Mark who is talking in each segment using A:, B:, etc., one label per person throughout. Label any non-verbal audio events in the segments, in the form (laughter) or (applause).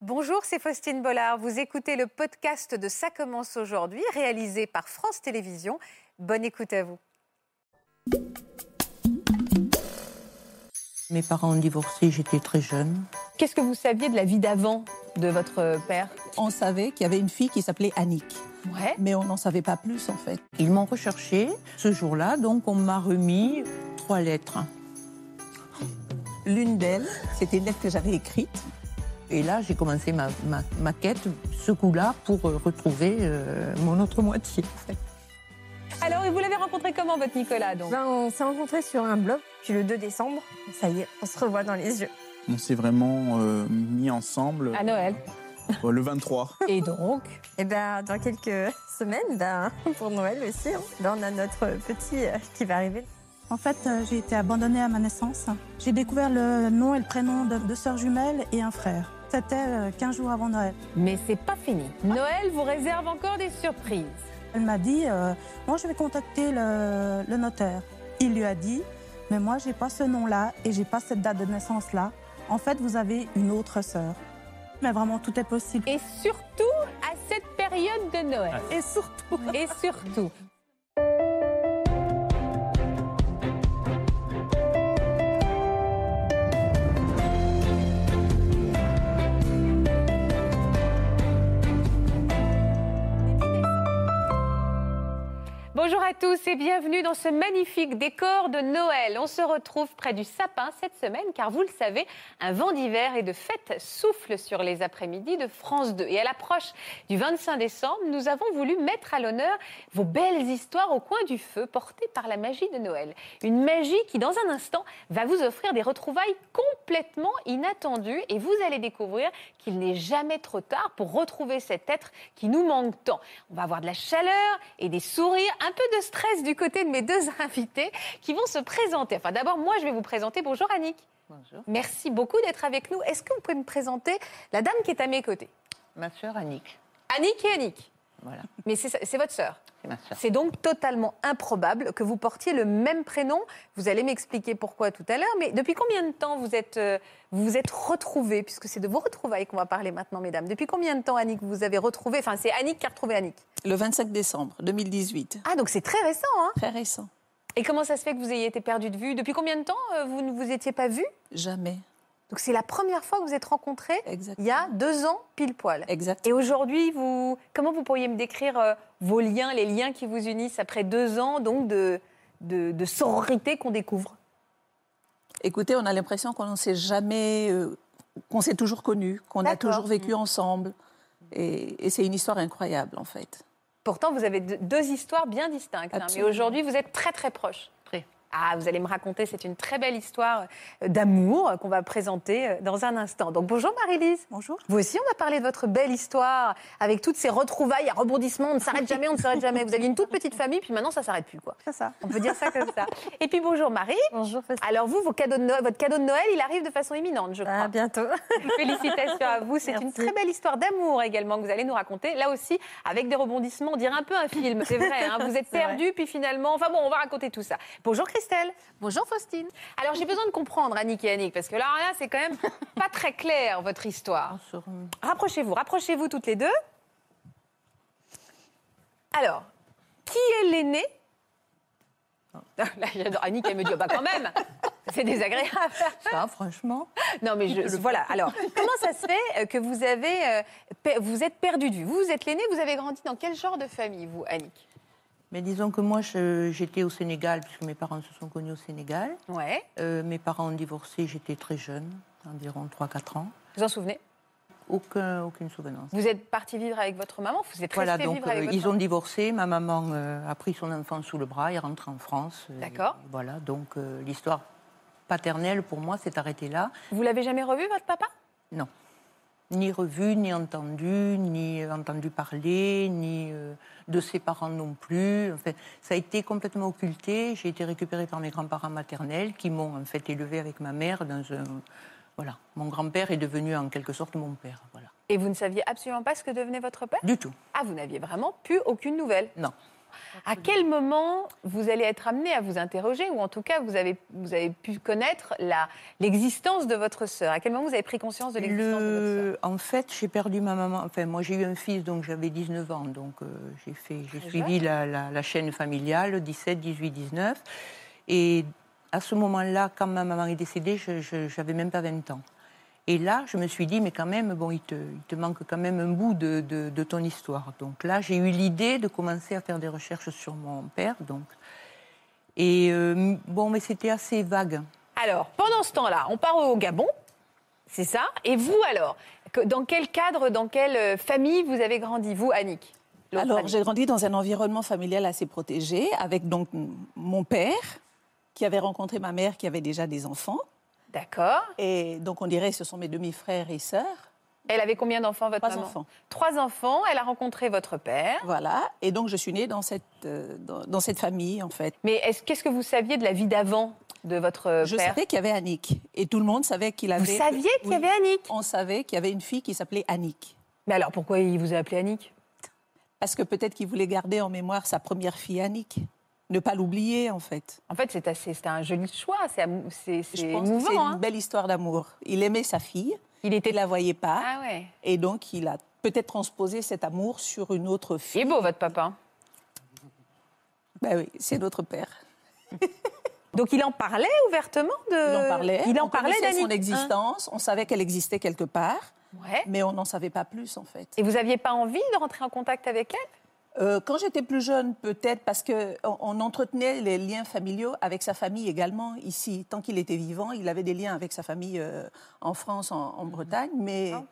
A: Bonjour, c'est Faustine Bollard. Vous écoutez le podcast de Ça commence aujourd'hui, réalisé par France Télévisions. Bonne écoute à vous.
B: Mes parents ont divorcé, j'étais très jeune.
C: Qu'est-ce que vous saviez de la vie d'avant de votre père
B: On savait qu'il y avait une fille qui s'appelait Annick,
C: Ouais.
B: mais on n'en savait pas plus en fait. Ils m'ont recherchée ce jour-là, donc on m'a remis trois lettres. L'une d'elles, c'était une lettre que j'avais écrite. Et là, j'ai commencé ma, ma- ma quête, ce coup-là, pour euh, retrouver euh, mon autre moitié. en fait.
C: Alors, et vous l'avez rencontré comment, votre Nicolas, donc
D: Ben, on s'est rencontrés sur un blog, puis le 2 décembre, ça y est, on se revoit dans les yeux.
E: On s'est vraiment euh, mis ensemble
D: Ah (laughs)
C: À Noël.
E: euh, le 23.
C: Et donc
D: Et ben, dans quelques (laughs) semaines, ben, pour Noël aussi, hein, ben, on a notre petit euh, qui va arriver.
F: En fait, euh, j'ai été abandonnée à ma naissance. J'ai découvert le nom et le prénom de deux sœurs jumelles et un frère. C'était euh, 15 jours avant Noël.
C: Mais c'est pas fini. Noël vous réserve encore des surprises.
F: Elle m'a dit euh, Moi, je vais contacter le, le notaire. Il lui a dit Mais moi, j'ai pas ce nom-là et j'ai pas cette date de naissance-là. En fait, vous avez une autre sœur. Mais vraiment, tout est possible.
C: Et surtout à cette période de Noël.
F: Et surtout,
C: Et surtout. Bonjour à tous et bienvenue dans ce magnifique décor de Noël. On se retrouve près du sapin cette semaine car vous le savez, un vent d'hiver et de fête souffle sur les après-midi de France 2. Et à l'approche du 25 décembre, nous avons voulu mettre à l'honneur vos belles histoires au coin du feu portées par la magie de Noël. Une magie qui, dans un instant, va vous offrir des retrouvailles complètement inattendues et vous allez découvrir qu'il n'est jamais trop tard pour retrouver cet être qui nous manque tant. On va avoir de la chaleur et des sourires, un peu de stress du côté de mes deux (laughs) invités qui vont se présenter. Enfin, d'abord, moi, je vais vous présenter. Bonjour, Annick.
B: Bonjour.
C: Merci beaucoup d'être avec nous. Est-ce que vous pouvez me présenter la dame qui est à mes côtés
B: Ma sœur Annick.
C: Annick et Annick.
B: Voilà,
C: Mais c'est ça- c'est votre sœur.
B: c'est ma sœur.
C: C'est donc totalement improbable que vous portiez le même prénom. Vous allez m'expliquer pourquoi tout à l'heure. Mais depuis combien de temps vous êtes, euh, vous vous êtes retrouvés Puisque c'est de vos retrouvailles qu'on va parler maintenant, mesdames. Depuis combien de temps, Annick, vous avez retrouvé Enfin, c'est Annick qui a retrouvé Annick.
G: Le 25 décembre 2018.
C: Ah, donc c'est très récent. Hein
G: Très récent.
C: et comment ça se fait que vous ayez été perdu de vue Depuis combien de temps euh, vous ne vous étiez pas vus
G: Jamais.
C: Donc c'est la première fois que vous êtes rencontrés il
G: Exactement.
C: y a deux ans pile poil.
G: Exact.
C: Et aujourd'hui, vous, comment vous pourriez me décrire euh, vos liens, les liens qui vous unissent après deux ans donc de, de, de sororité qu'on découvre
G: Écoutez, on a l'impression qu'on ne s'est jamais. euh, qu'on s'est toujours connus, qu'on a
C: D'accord. Mm.
G: toujours vécu ensemble. Et, et c'est une histoire incroyable, en fait.
C: Pourtant, vous avez deux, deux histoires bien distinctes. hein, mais
G: Absolument.
C: aujourd'hui, vous êtes très très proches.
B: Très.
C: Ah, vous allez me raconter, c'est une très belle histoire euh, d'amour euh, qu'on va présenter euh, dans un instant. Donc bonjour Marie-Lise.
F: bonjour.
C: Vous aussi, on va parler de votre belle histoire avec toutes ces retrouvailles à rebondissements. On ne s'arrête jamais, on ne s'arrête jamais. Vous aviez une toute petite famille, puis maintenant ça s'arrête plus quoi.
F: C'est ça.
C: On peut dire ça comme ça. Et puis bonjour Marie.
D: Bonjour, Faustine.
C: Alors vous, vos cadeaux de Noël, votre cadeau de Noël, il arrive de façon imminente, je
D: À
C: crois. (laughs)
D: bientôt.
C: Félicitations à vous. C'est une
D: Merci.
C: très belle histoire d'amour également que vous allez nous raconter. Là aussi, avec des rebondissements, on dirait un peu un film. C'est vrai, hein, vous êtes
D: C'est vrai.
C: perdu, puis finalement... Enfin bon, on va raconter tout ça. Bonjour Christelle. Bonjour Faustine. Alors j'ai besoin de comprendre Annick et Annick, parce que là, là c'est quand même pas très clair votre histoire. Rapprochez-vous, rapprochez-vous toutes les deux. Alors, qui est l'aîné (laughs) Là, j'adore. Annick, elle me dit, Ah bah quand même, c'est désagréable.
B: Ça, franchement.
C: Non, mais je, voilà. Alors, comment ça se fait euh, que vous avez, euh, pe- vous êtes perdu du vous, vous êtes l'aîné, vous avez grandi dans quel genre de famille, vous, Annick
B: Mais disons que moi, je- j'étais au Sénégal, puisque mes parents se sont connus au Sénégal.
C: Ouais.
B: Euh, mes parents ont divorcé, j'étais très jeune, environ 3-4 ans.
C: Vous en souvenez
B: Aucun, aucune souvenance.
C: Vous êtes parti vivre avec votre maman, vous êtes resté
B: Voilà, donc
C: vivre avec
B: euh,
C: votre
B: ils ont
C: maman.
B: divorcé, ma maman euh, a pris son enfant sous le bras et rentre en France. euh,
C: D'accord.
B: Voilà, donc euh, l'histoire paternelle pour moi s'est arrêtée là.
C: Vous l'avez jamais revu, votre papa
B: Non. Ni revu, ni entendu, ni euh, entendu parler, ni euh, de ses parents non plus. Enfin, ça a été complètement occulté. J'ai été récupérée par mes grands-parents maternels qui m'ont en fait élevée avec ma mère dans un. Voilà. Mon grand-père est devenu en quelque sorte mon père. Voilà.
C: Et vous ne saviez absolument pas ce que devenait votre père
B: Du tout.
C: Ah, vous n'aviez vraiment plus aucune nouvelle
B: Non.
C: À quel moment vous allez être amené à vous interroger, ou en tout cas, vous avez, vous avez pu connaître la- l'existence de votre sœur À quel moment vous avez pris conscience de l'existence de votre sœur
B: Le- En fait, j'ai perdu ma maman. Enfin, moi, j'ai eu un fils, donc j'avais 19 ans. Donc, euh, j'ai fait, j'ai suivi la, la- la chaîne familiale, 17, 18, 19. Et à ce moment-là, quand ma maman est décédée, je- je j'avais même pas 20 ans. Et là, je me suis dit, mais quand même, bon, il te, il te manque quand même un bout de, de- de ton histoire. Donc là, j'ai eu l'idée de commencer à faire des recherches sur mon père. Donc. Et euh, bon, mais c'était assez vague.
C: Alors, pendant ce temps-là, on part au Gabon, c'est ça Et vous alors Que- Dans quel cadre, dans quelle euh, famille vous avez grandi, vous, Annick L'autre
G: Alors,
C: Annick.
G: j'ai grandi dans un environnement familial assez protégé, avec donc m- mon père, qui avait rencontré ma mère, qui avait déjà des enfants.
C: D'accord.
G: Et donc, on dirait, ce sont mes demi-frères et sœurs.
C: Elle avait combien d'enfants, votre
G: Trois
C: maman
G: enfants.
C: Trois enfants. Elle a rencontré votre père.
G: Voilà. Et donc, je suis née dans cette, euh, dans, dans cette famille, en fait.
C: Mais est-ce- qu'est-ce que vous saviez de la vie d'avant de votre euh,
G: Je
C: père
G: savais qu'il y avait Annick. Et tout le monde savait qu'il avait.
C: Vous saviez qu'il y
G: Oui.
C: avait Annick
G: On savait qu'il y avait une fille qui s'appelait Annick.
C: Mais alors, pourquoi il vous a appelé Annick
G: Parce que peut-être qu'il voulait garder en mémoire sa première fille, Annick. Ne pas l'oublier, en fait.
C: En fait, c'est assez, c'est un joli choix. C'est, amou- c'est, c'est
G: Je pense que c'est
C: émouvant. hein.
G: une belle histoire d'amour. Il aimait sa fille,
C: Il était
G: il ne la voyait pas.
C: Ah ouais.
G: Et donc, il a peut-être transposé cet amour sur une autre
C: Il
G: fille.
C: est beau, votre papa.
G: Ben oui, c'est notre père.
C: Donc, il en parlait ouvertement de.
G: Il en parlait.
C: Il en
G: on
C: parlait
G: connaissait son
C: d'Annick. hein
G: existence. On savait qu'elle existait quelque part,
C: Ouais.
G: mais on n'en savait pas plus, en fait.
C: Et vous aviez pas envie de rentrer en contact avec elle
G: Euh, quand j'étais plus jeune, peut-être parce que on, on entretenait les liens familiaux avec sa famille également ici. Tant qu'il était vivant, il avait des liens avec sa famille euh, en France, en,
C: Mhm.
G: en Bretagne, mais
C: Ah.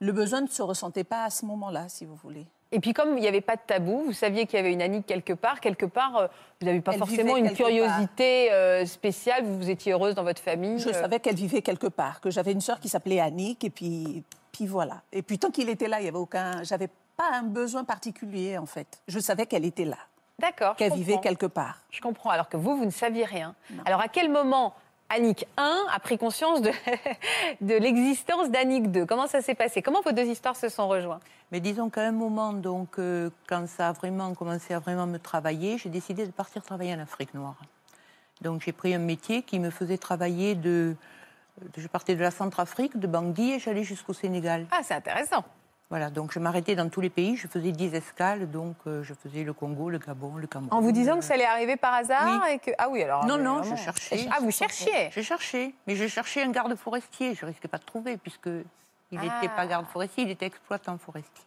G: le besoin ne se ressentait pas à ce moment-là, si vous voulez.
C: Et puis comme il n'y avait pas de tabou, vous saviez qu'il y avait une Annick quelque part, quelque part, euh, vous n'avez pas
G: Elle
C: forcément
G: vivait
C: une
G: quelque
C: curiosité euh, spéciale, vous, vous étiez heureuse dans votre famille.
G: Je
C: euh,
G: savais qu'elle vivait quelque part, que j'avais une sœur qui s'appelait Annick, et puis, puis voilà. Et puis tant qu'il était là, il y avait aucun, j'avais pas un besoin particulier en fait. Je savais qu'elle était là,
C: D'accord. je
G: qu'elle vivait
C: comprends.
G: quelque part.
C: Je comprends, alors que vous, vous ne saviez rien. Alors à quel moment Annick 1 a pris conscience de, (laughs) de l'existence d'Annick 2 Comment ça s'est passé Comment vos deux histoires se sont rejointes
B: Mais disons qu'à un moment, donc, euh, quand ça a vraiment commencé à vraiment me travailler, j'ai décidé de partir travailler en Afrique noire. Donc j'ai pris un métier qui me faisait travailler de... euh, Je partais de la Centrafrique, de Bangui, et j'allais jusqu'au Sénégal.
C: Ah, c'est intéressant.
B: Voilà, donc je m'arrêtais dans tous les pays, je faisais 10 escales, donc euh, je faisais le Congo, le Gabon, le Cameroun.
C: En vous disant que ça allait arriver par hasard
B: Oui.
C: et que... Ah oui, alors...
B: Non,
C: mais
B: non, je
C: vraiment.
B: cherchais.
C: Ah, vous cherchiez
B: Je cherchais, mais je cherchais un garde forestier. Je risquais pas de trouver puisque il n'était
C: Ah.
B: pas garde forestier, il était exploitant forestier.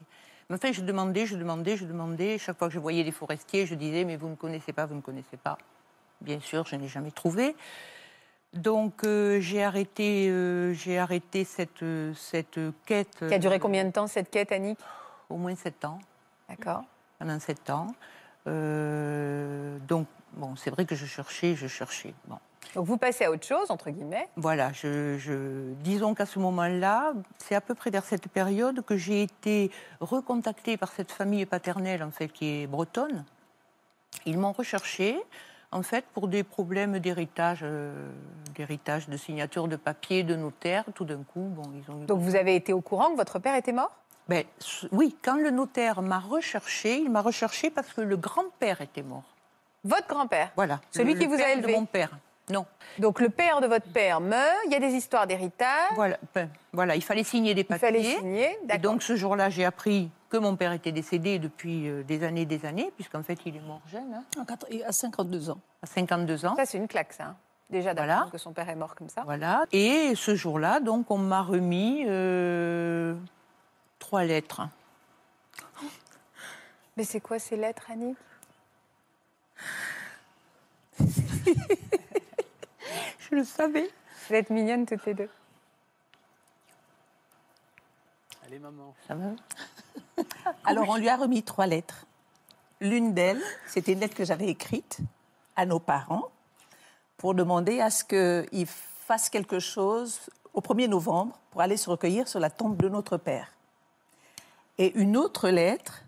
B: Mais enfin, je demandais, je demandais, je demandais. Chaque fois que je voyais des forestiers, je disais mais vous ne connaissez pas, vous ne connaissez pas. Bien sûr, je n'ai jamais trouvé. Donc euh, j'ai arrêté, euh, j'ai arrêté cette euh, cette euh, quête.
C: Qui a duré
B: euh,
C: combien de temps cette quête, Annick
B: Au moins sept ans
C: D'accord.
B: pendant sept ans. Euh, donc bon, c'est vrai que je cherchais, je cherchais. Bon.
C: Donc vous passez à autre chose, entre guillemets.
B: Voilà, je, je- disons qu'à ce moment-là, c'est à peu près vers cette période que j'ai été recontactée par cette famille paternelle, en fait, qui est bretonne. Ils m'ont recherchée, en fait, pour des problèmes d'héritage, euh, d'héritage, de signature de papier, de notaire. Tout d'un coup, bon, ils ont eu...
C: Donc vous avez été au courant que votre père était mort
B: Ben, s- oui, quand le notaire m'a recherchée, il m'a recherchée parce que le grand-père était mort.
C: Votre grand-père.
B: Voilà.
C: Celui
B: Le-
C: qui
B: le
C: vous a
B: père
C: élevé.
B: De mon père. Non.
C: Donc le père de votre père meurt, il y a des histoires d'héritage,
B: Voilà, ben, voilà, il fallait signer des
C: il
B: papiers.
C: fallait signer.
B: Et
C: D'accord.
B: donc ce jour-là, j'ai appris que mon père était décédé depuis euh, des années et des années, puisqu'en fait il est mort jeune, hein,
G: En quatre- et À 52 ans.
B: à 52 ans.
C: Ça, c'est une claque, ça. hein. Déjà d'apprendre
B: Voilà.
C: que son père est mort comme ça.
B: Voilà. Et ce jour-là, donc on m'a remis euh, trois lettres.
C: Mais c'est quoi ces lettres, Annick
B: (laughs) Je le savais.
C: Vous êtes mignonnes toutes les deux.
B: Ça va
C: Ah,
G: Alors, on lui a remis trois lettres. L'une d'elles, c'était une lettre que j'avais écrite à nos parents pour demander à ce qu'ils fassent quelque chose au 1er novembre pour aller se recueillir sur la tombe de notre père. Et une autre lettre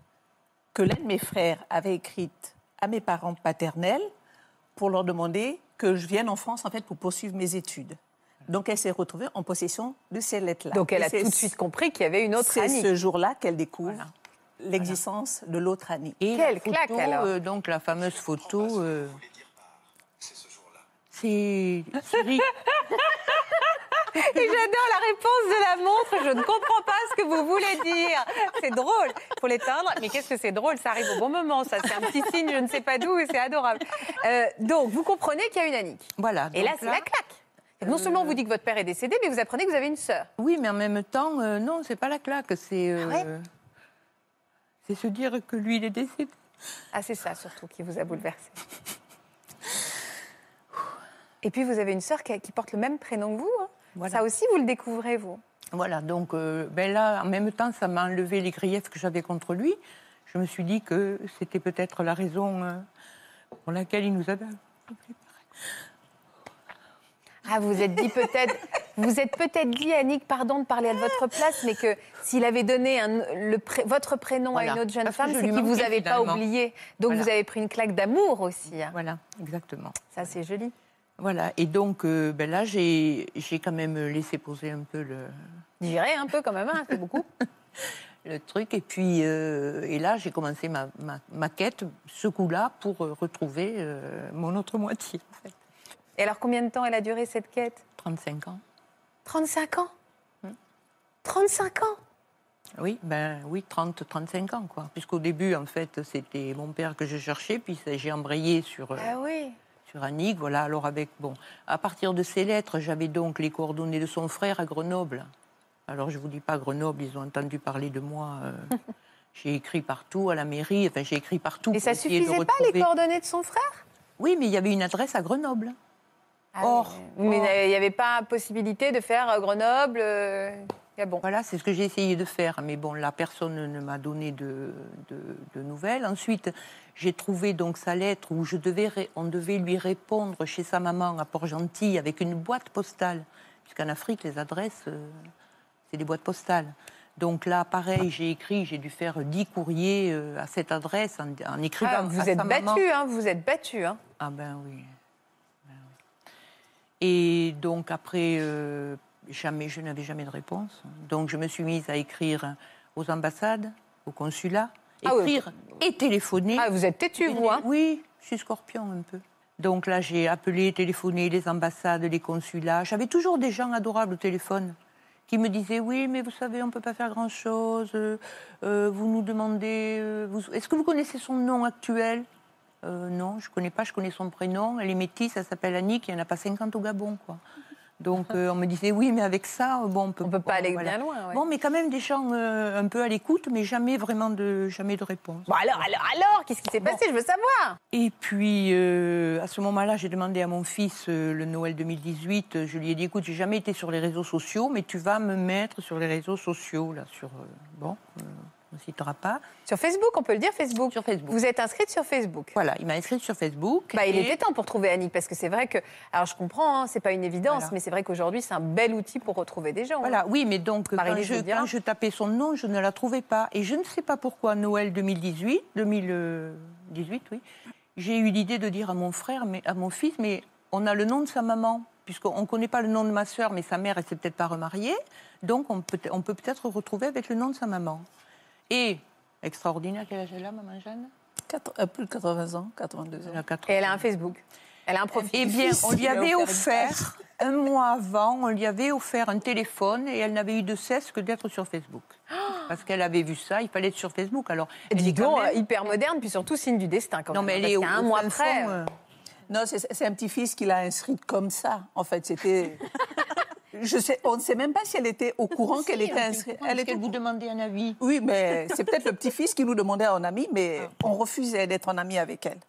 G: que l'un de mes frères avait écrite à mes parents paternels pour leur demander que je vienne en France en fait pour poursuivre mes études. Donc elle s'est retrouvée en possession de ces lettres-là.
C: Donc elle
G: Et
C: a
G: c'est-
C: tout de suite compris qu'il y avait une autre
G: c'est
C: Annick.
G: ce jour-là qu'elle découvre l'existence de l'autre année.
B: Et
C: Quelle
B: la photo,
C: claque, alors.
B: euh, donc la fameuse photo. euh, C'est c'est ri-
C: (laughs) Et j'adore la réponse de la montre. Je ne comprends pas ce que vous voulez dire. C'est drôle. Faut l'éteindre. Mais qu'est-ce que c'est drôle Ça arrive au bon moment. Ça, c'est un petit signe. Je ne sais pas d'où. et C'est adorable. Euh, donc, vous comprenez qu'il y a une Annick.
B: Voilà.
C: Et là,
B: Ah, donc
C: c'est la claque. Non seulement on vous dit que votre père est décédé, mais vous apprenez que vous avez une sœur.
B: Oui, mais en même temps, euh, non, c'est pas la claque. C'est. euh,
C: ouais
B: c'est se dire que lui, il est décédé.
C: Ah, c'est ça surtout qui vous a
B: (laughs)
C: bouleversé. Et puis vous avez une sœur qui, qui porte le même prénom que vous. hein.
B: Voilà.
C: Ça aussi, vous le découvrez, vous.
B: Voilà, donc euh, ben là, en même temps, ça m'a enlevé les griefs que j'avais contre lui. Je me suis dit que c'était peut-être la raison euh, pour laquelle il nous avait.
C: Ah, vous vous êtes dit peut-être, vous êtes peut-être dit, Annick, pardon de parler à votre place, mais que s'il avait donné un- le pré- votre prénom
B: Voilà. Ah,
C: à une autre jeune
B: Parce que
C: femme,
B: je
C: c'est
B: lui
C: qu'il vous
B: manquais,
C: avait pas
B: finalement.
C: oublié. Donc
B: Voilà.
C: vous avez pris une claque d'amour aussi. hein.
B: Voilà, exactement.
C: Ça, c'est joli.
B: Voilà, et donc euh, ben là, j'ai j'ai quand même laissé poser un peu le,
C: Digérer un peu quand même, hein, c'est beaucoup.
B: le truc. Et puis, euh, et là, j'ai commencé ma, ma- ma quête, ce coup-là, pour euh, retrouver euh, mon autre moitié, en fait.
C: Et alors, combien de temps elle a duré cette quête Hmm.
B: 35 ans.
C: 35 ans 35 ans
B: Oui, ben oui, 30, 35 ans, quoi. Puisqu'au début, en fait, c'était mon père que je cherchais, puis ça- j'ai embrayé sur, euh,
C: Ah oui
B: sur Annick, voilà. Alors, avec, bon, à partir de ces lettres, j'avais donc les coordonnées de son frère à Grenoble. Alors, je vous dis pas Grenoble, ils ont entendu parler de moi.
C: (laughs)
B: euh, j'ai écrit partout, à la mairie, enfin, j'ai écrit partout.
C: Et
B: pour
C: ça
B: essayer de
C: suffisait pas, les
B: retrouver-
C: coordonnées de son frère
B: Oui, mais il y avait une adresse à Grenoble.
C: Ah
B: Or,
C: oui. Mais
B: or.
C: il n'y avait pas possibilité de faire euh, Grenoble euh, ah bon.
B: Voilà, c'est ce que j'ai essayé de faire, mais bon, la personne ne m'a donné de, de- de nouvelles. Ensuite, j'ai trouvé donc sa lettre où je devais, ré- on devait lui répondre chez sa maman à Port-Gentil avec une boîte postale, puisqu'en Afrique, les adresses, euh, c'est des boîtes postales. Donc là, pareil, j'ai écrit, j'ai dû faire 10 courriers euh, à cette adresse en, en écrivant.
C: Ah,
B: à
C: vous êtes
B: sa maman.
C: battu, hein, vous êtes battu. Hein.
B: Ah ben oui. Ben oui. Et donc après, euh, jamais, je n'avais jamais de réponse. Donc je me suis mise à écrire aux ambassades, au consulat,
C: Ah oui.
B: écrire et téléphoner.
C: Ah, vous êtes têtu, vous. Hein.
B: Oui, je suis scorpion un peu. Donc là, j'ai appelé, téléphoné les ambassades, les consulats. J'avais toujours des gens adorables au téléphone qui me disaient oui, mais vous savez, on ne peut pas faire grand-chose. Euh, euh, vous nous demandez, euh, vous- est-ce que vous connaissez son nom actuel Euh, Non, je ne connais pas. Je connais son prénom. Elle est métisse, elle s'appelle Annick. Il n'y en a pas 50 au Gabon, quoi.
C: (laughs)
B: Donc euh, on me disait oui, mais avec ça, euh, bon, on peut,
C: On ne peut pas
B: bon,
C: aller
B: voilà.
C: bien loin. ouais.
B: Bon, mais quand même des gens euh, un peu à l'écoute, mais jamais vraiment de jamais de réponse.
C: Bon, alors, alors, alors, qu'est-ce qui s'est passé Je veux savoir.
B: Et puis, euh, à ce moment-là, j'ai demandé à mon fils, euh, le Noël 2018, euh, je lui ai dit, écoute, j'ai jamais été sur les réseaux sociaux, mais tu vas me mettre sur les réseaux sociaux, là, sur... euh, bon, euh, on ne citera pas.
C: Sur Facebook, on peut le dire, Facebook.
B: Sur Facebook.
C: Vous êtes inscrite sur Facebook.
B: Voilà, il m'a inscrite sur Facebook.
C: Bah, il
B: et-
C: était temps pour trouver Annick, parce que c'est vrai que. Alors, je comprends, hein, c'est pas une évidence,
B: Voilà.
C: mais c'est vrai qu'aujourd'hui, c'est un bel outil pour retrouver des gens. hein.
B: Voilà, oui, mais donc,
C: Marie-Lise
B: quand je,
C: vous dira.
B: quand je tapais son nom, je ne la trouvais pas. Et je ne sais pas pourquoi, Noël 2018, 2018, euh, oui, j'ai eu l'idée de dire à mon frère, mais, à mon fils, mais on a le nom de sa maman, puisqu'on ne connaît pas le nom de ma sœur, mais sa mère, elle s'est peut-être pas remariée, donc on peut on peut peut-être retrouver avec le nom de sa maman. Et, extraordinaire, quel âge elle a, maman Jeanne
G: Quatre- euh, plus de 80 ans, 82 ans.
B: Elle a quatre
C: Et elle a un Facebook. Elle a un profil.
B: eh bien, on lui avait offert, un mois avant, on lui avait offert un téléphone et elle n'avait eu de cesse que d'être sur Facebook. Parce qu'elle avait vu ça, il fallait être sur Facebook. Alors, elle
C: Eh, Dis
B: est quand
C: donc,
B: même-
C: Oh, hyper moderne, puis surtout signe du destin quand
B: non,
C: même. parce
B: mais elle est au,
C: qu'il y a un
B: au
C: mois
B: fin
C: près.
B: fond, euh,
G: Non, c'est c'est un petit-fils qui l'a inscrite comme ça. En fait,
C: (laughs)
G: c'était. Je sais, on ne sait même pas si elle était au courant qu'elle était inscrite.
B: Elle
G: était
B: qu'elle
G: au
B: vous demandait un avis.
G: Oui, mais c'est peut-être le petit-fils qui nous demandait en ami, mais on refusait d'être en ami avec elle.
C: Ah.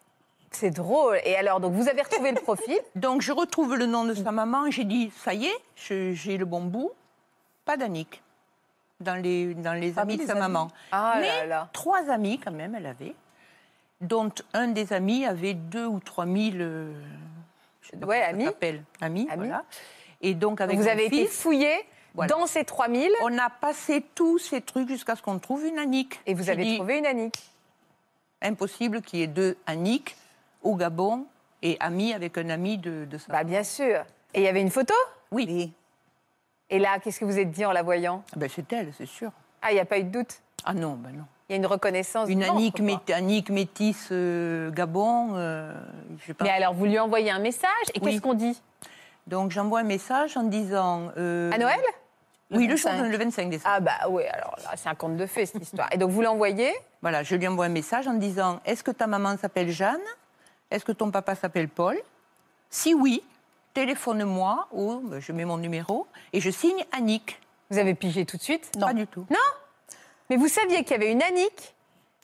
C: C'est drôle. Et alors, donc, vous avez retrouvé le profil.
B: Donc, je retrouve le nom de sa maman. J'ai dit, ça y est, je- j'ai le bon bout. Pas d'Annick. Dans les, dans les
G: Parmi
B: amis de
G: les
B: sa
G: amis.
B: maman.
C: Ah
B: Mais
C: là là.
B: trois amis, quand même, elle avait. Dont un des amis avait deux ou trois mille. euh, je sais pas
C: Ouais,
B: comment ça
C: amis.
B: s'appelle. Amis,
C: Amis.
B: voilà. Et donc, avec
C: vous
B: mon
C: avez été
B: fils,
C: fouillé
B: Voilà.
C: dans ces 3000
B: On a passé tous ces trucs jusqu'à ce qu'on trouve une Annick.
C: et vous
B: J'ai
C: avez
B: dit,
C: trouvé une Annick.
B: Impossible qu'il y ait deux Annick au Gabon et amis avec un ami de, de sa
C: Bah bien sûr. Et il y avait une photo
G: Oui.
C: Et là, qu'est-ce que vous êtes dit en la voyant
B: Ah ben, c'est elle, c'est sûr.
C: Ah, il n'y a pas eu de doute.
B: Ah non, ben non.
A: Il y
C: Il
A: a une reconnaissance.
B: Une
A: du ventre,
B: Annick,
A: quoi.
B: mét- Annick métisse euh, Gabon, euh, je sais pas.
C: Mais alors, vous lui envoyez un message Ah, et
B: Oui.
C: qu'est-ce qu'on dit
B: Donc j'envoie un message en disant. euh,
C: À Noël
B: Oui, le, jour
G: 25.
B: de- le 25 décembre.
C: Ah bah oui, alors là, c'est un conte de fées, cette histoire. Et donc, vous l'envoyez
B: Voilà, je lui envoie un message en disant Est-ce que ta maman s'appelle Jeanne Est-ce que ton papa s'appelle Paul Si oui, téléphone-moi ou ben, je mets mon numéro et je signe Annick.
C: Vous avez pigé tout de suite
B: Pas du tout.
C: Mais vous saviez qu'il y avait une Annick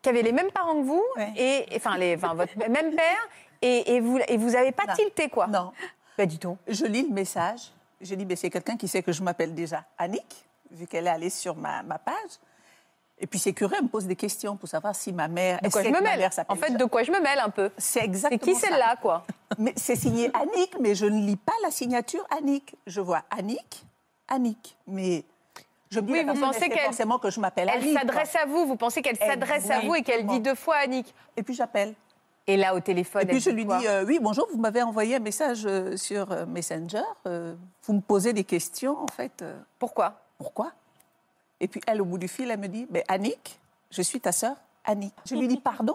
C: qui avait les mêmes parents que vous,
G: Ouais.
C: et, et- enfin, les, enfin, votre (laughs) même père, et, et vous et vous avez pas
G: Non.
C: tilté, quoi
G: Non.
C: Pas du tout.
G: Je lis le message. Je dis, mais c'est quelqu'un qui sait que je m'appelle déjà Annick, vu qu'elle est allée sur ma, ma page. Et puis c'est curieux, elle me pose des questions pour savoir si ma mère.
C: De
G: elle
C: quoi
G: sait
C: je me
G: que ma
C: mêle
G: mère s'appelle
C: En fait,
G: Jeanne.
C: de quoi je me mêle un peu
G: c'est
C: C'est
G: exactement
C: qui
G: ça.
C: celle-là, quoi
G: (laughs) Mais c'est signé Annick, mais je ne lis pas la signature Annick. Je vois Annick, Annick, mais je me dis
C: Oui,
G: la
C: vous
G: personne,
C: pensez
G: elle sait
C: qu'elle-
G: forcément que je m'appelle
C: Elle
G: Annick.
C: s'adresse à vous, vous pensez qu'elle
G: Elle-
C: s'adresse à
G: oui,
C: vous et qu'elle dit
G: exactement.
C: deux fois Annick.
G: quoi. Et puis j'appelle.
C: Et là, au téléphone,
G: Et puis
C: elle
G: je
C: dit
G: lui
C: quoi
G: dis euh, oui bonjour, vous m'avez envoyé un message euh, sur euh, Messenger. euh, vous me posez des questions en fait. euh,
C: Pourquoi
G: pourquoi Et puis elle, au bout du fil, elle me dit, mais Annick, je suis ta sœur, Annick. Je lui dis, pardon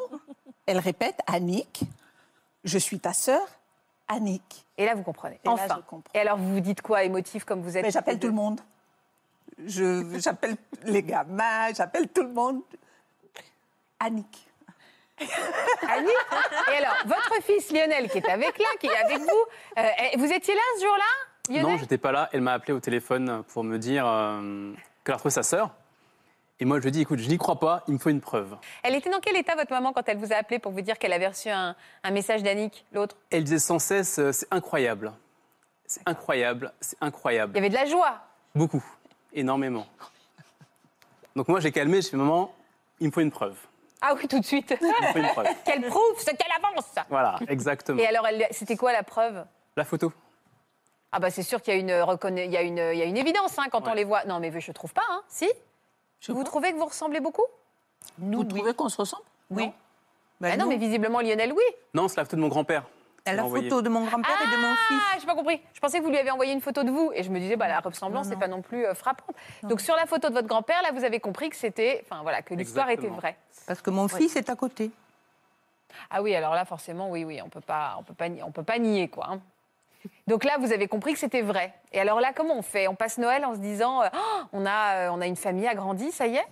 G: Elle répète, Annick, je suis ta sœur, Annick.
C: Et là, vous comprenez.
G: Et là,
C: enfin.
G: je comprends.
C: Et alors, vous vous dites quoi, émotif comme vous êtes
G: Mais j'appelle tout
C: tous les
G: le monde. Je- J'appelle les gamins, j'appelle tout le monde. Annick.
C: deux Annick Ah Et alors, votre fils Lionel, qui est avec là, qui est avec vous, euh, et vous étiez là ce jour-là,
H: Non,
C: Lionel
H: j'étais pas là. Elle m'a appelé au téléphone pour me dire euh, qu'elle a retrouvé sa sœur. Et moi, je lui ai dit, écoute, je n'y crois pas, il me faut une preuve.
C: Elle était dans quel état, votre maman, quand elle vous a appelé pour vous dire qu'elle avait reçu un, un message d'Annick, l'autre
H: Elle disait sans cesse, euh, c'est incroyable. C'est incroyable, c'est
C: Il y
H: incroyable.
C: avait de la joie.
H: Beaucoup, énormément. Donc moi, j'ai calmé, j'ai fait, maman, il me faut une preuve.
C: Ah oui, tout de suite.
H: Il me faut une preuve.
C: (laughs) qu'elle prouve ce qu'elle avance
H: Voilà, exactement.
C: Et alors, elle- c'était quoi la preuve
H: La photo.
C: Ah bah c'est sûr qu'il y a une reconna- il y a une, il y a une évidence hein, quand on
H: Ouais.
C: les voit. Non mais je trouve pas. Hein. Si
G: Je
C: Vous
G: vous
C: trouvez que vous ressemblez beaucoup
B: Nous, oui.
G: trouvez qu'on se ressemble
B: Oui.
G: Non Bah,
B: Ben
C: Ah non
B: nous,
C: mais visiblement Lionel oui.
H: Non, c'est la photo de mon grand-père.
B: elle a la
H: m'a envoyé.
B: photo de mon grand-père et de mon
C: Ah
B: fils.
C: j'ai pas compris. Je pensais que vous lui avez envoyé une photo de vous et je me disais bah la ressemblance n'est pas non plus euh, frappante. Donc sur la photo de votre grand-père là vous avez compris que c'était enfin voilà que l'histoire était
H: Exactement.
C: vraie.
B: Parce que mon fils est à côté.
C: Ah oui alors là forcément oui oui on peut pas on peut pas ni- on peut pas nier quoi. hein. Donc là, vous avez compris que c'était vrai. Et alors là, comment on fait On passe Noël en se disant, euh, Ah, on, a, euh, on a une famille agrandie, ça y est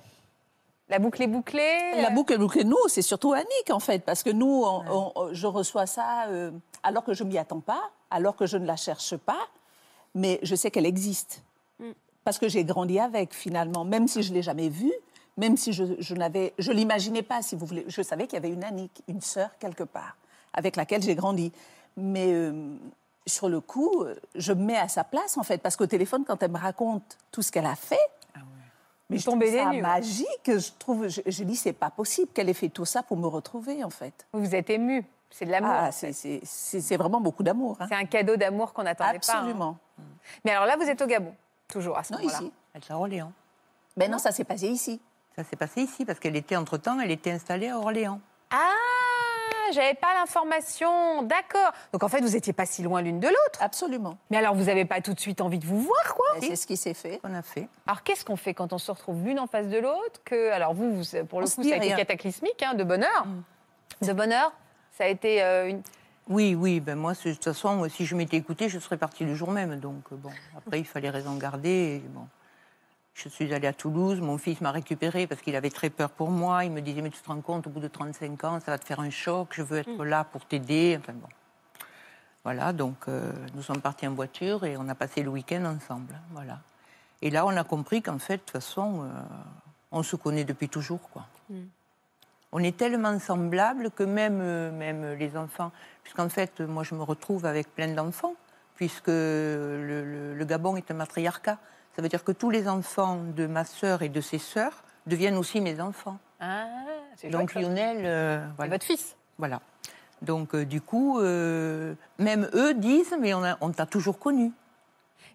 C: La boucle est bouclée
G: La
C: euh,
G: boucle, boucle, nous, c'est surtout Annick, en fait, parce que nous, on- on- je reçois ça euh, alors que je m'y attends pas, alors que je ne la cherche pas, mais je sais qu'elle existe. Parce que j'ai grandi avec, finalement, même si je ne l'ai jamais vue, même si je, je n'avais, je l'imaginais pas, si vous voulez. Je savais qu'il y avait une Annick, une sœur quelque part, avec laquelle j'ai grandi. Mais euh, sur le coup, euh, je me mets à sa place, en fait, parce qu'au téléphone, quand elle me raconte tout ce qu'elle a fait, mais je
C: Ah Tombez
G: trouve ça
C: des nues.
G: magique. Je trouve, je, je dis, c'est pas possible qu'elle ait fait tout ça pour me retrouver, en fait.
C: Vous vous êtes ému. C'est de l'amour.
G: Ah,
C: en
G: c'est-
C: fait.
G: c'est c'est- c'est vraiment beaucoup d'amour. hein.
C: c'est un cadeau d'amour qu'on n'attendait pas. hein.
G: Absolument.
C: Mais alors là, vous êtes au Gabon, toujours à ce
G: Non,
C: moment-là. Hein
G: ici.
B: Elle est à Orléans.
G: Mais non, ça s'est passé ici.
B: Ça s'est passé ici parce qu'elle était entre-temps, elle était installée à Orléans.
C: Ah, j'avais pas l'information. D'accord. Donc en fait, vous étiez pas si loin l'une de l'autre.
G: Absolument.
C: Mais alors, vous avez pas tout de suite envie de vous voir, quoi.
G: Et C'est ce qui s'est fait.
B: On a fait.
C: Alors qu'est-ce qu'on fait quand on se retrouve l'une en face de l'autre Que alors vous, vous- pour le
G: On se
C: coup,
G: dit
C: ça a été
G: rien. Mm.
C: cataclysmique, hein, de bonheur. De bonheur. Ça a été euh, une.
B: Oui, oui, ben moi, c'est- de toute façon, moi, si je m'étais écoutée, je serais partie le jour même. Donc, euh, bon, après, il fallait raison garder. et bon. Je suis allée à Toulouse, mon fils m'a récupérée parce qu'il avait très peur pour moi. Il me disait, mais tu te rends compte, au bout de 35 ans, ça va te faire un choc, je veux être là pour t'aider. Enfin, bon. Voilà, donc euh, nous sommes partis en voiture et on a passé le week-end ensemble. hein, Voilà. Et là, on a compris qu'en fait, de toute façon, euh, on se connaît depuis toujours, quoi. On est tellement semblables que même, euh, même les enfants, puisqu'en fait, euh, moi, je me retrouve avec plein d'enfants, puisque le, le- le Gabon est un matriarcat. Ça veut dire que tous les enfants de ma sœur et de ses sœurs deviennent aussi mes enfants.
C: Ah, c'est
B: Donc
C: chouette, ça.
B: Lionel, euh,
C: C'est
B: voilà.
C: votre fils.
B: voilà. Donc euh, du coup, euh, même eux disent, mais on a- on t'a toujours connu.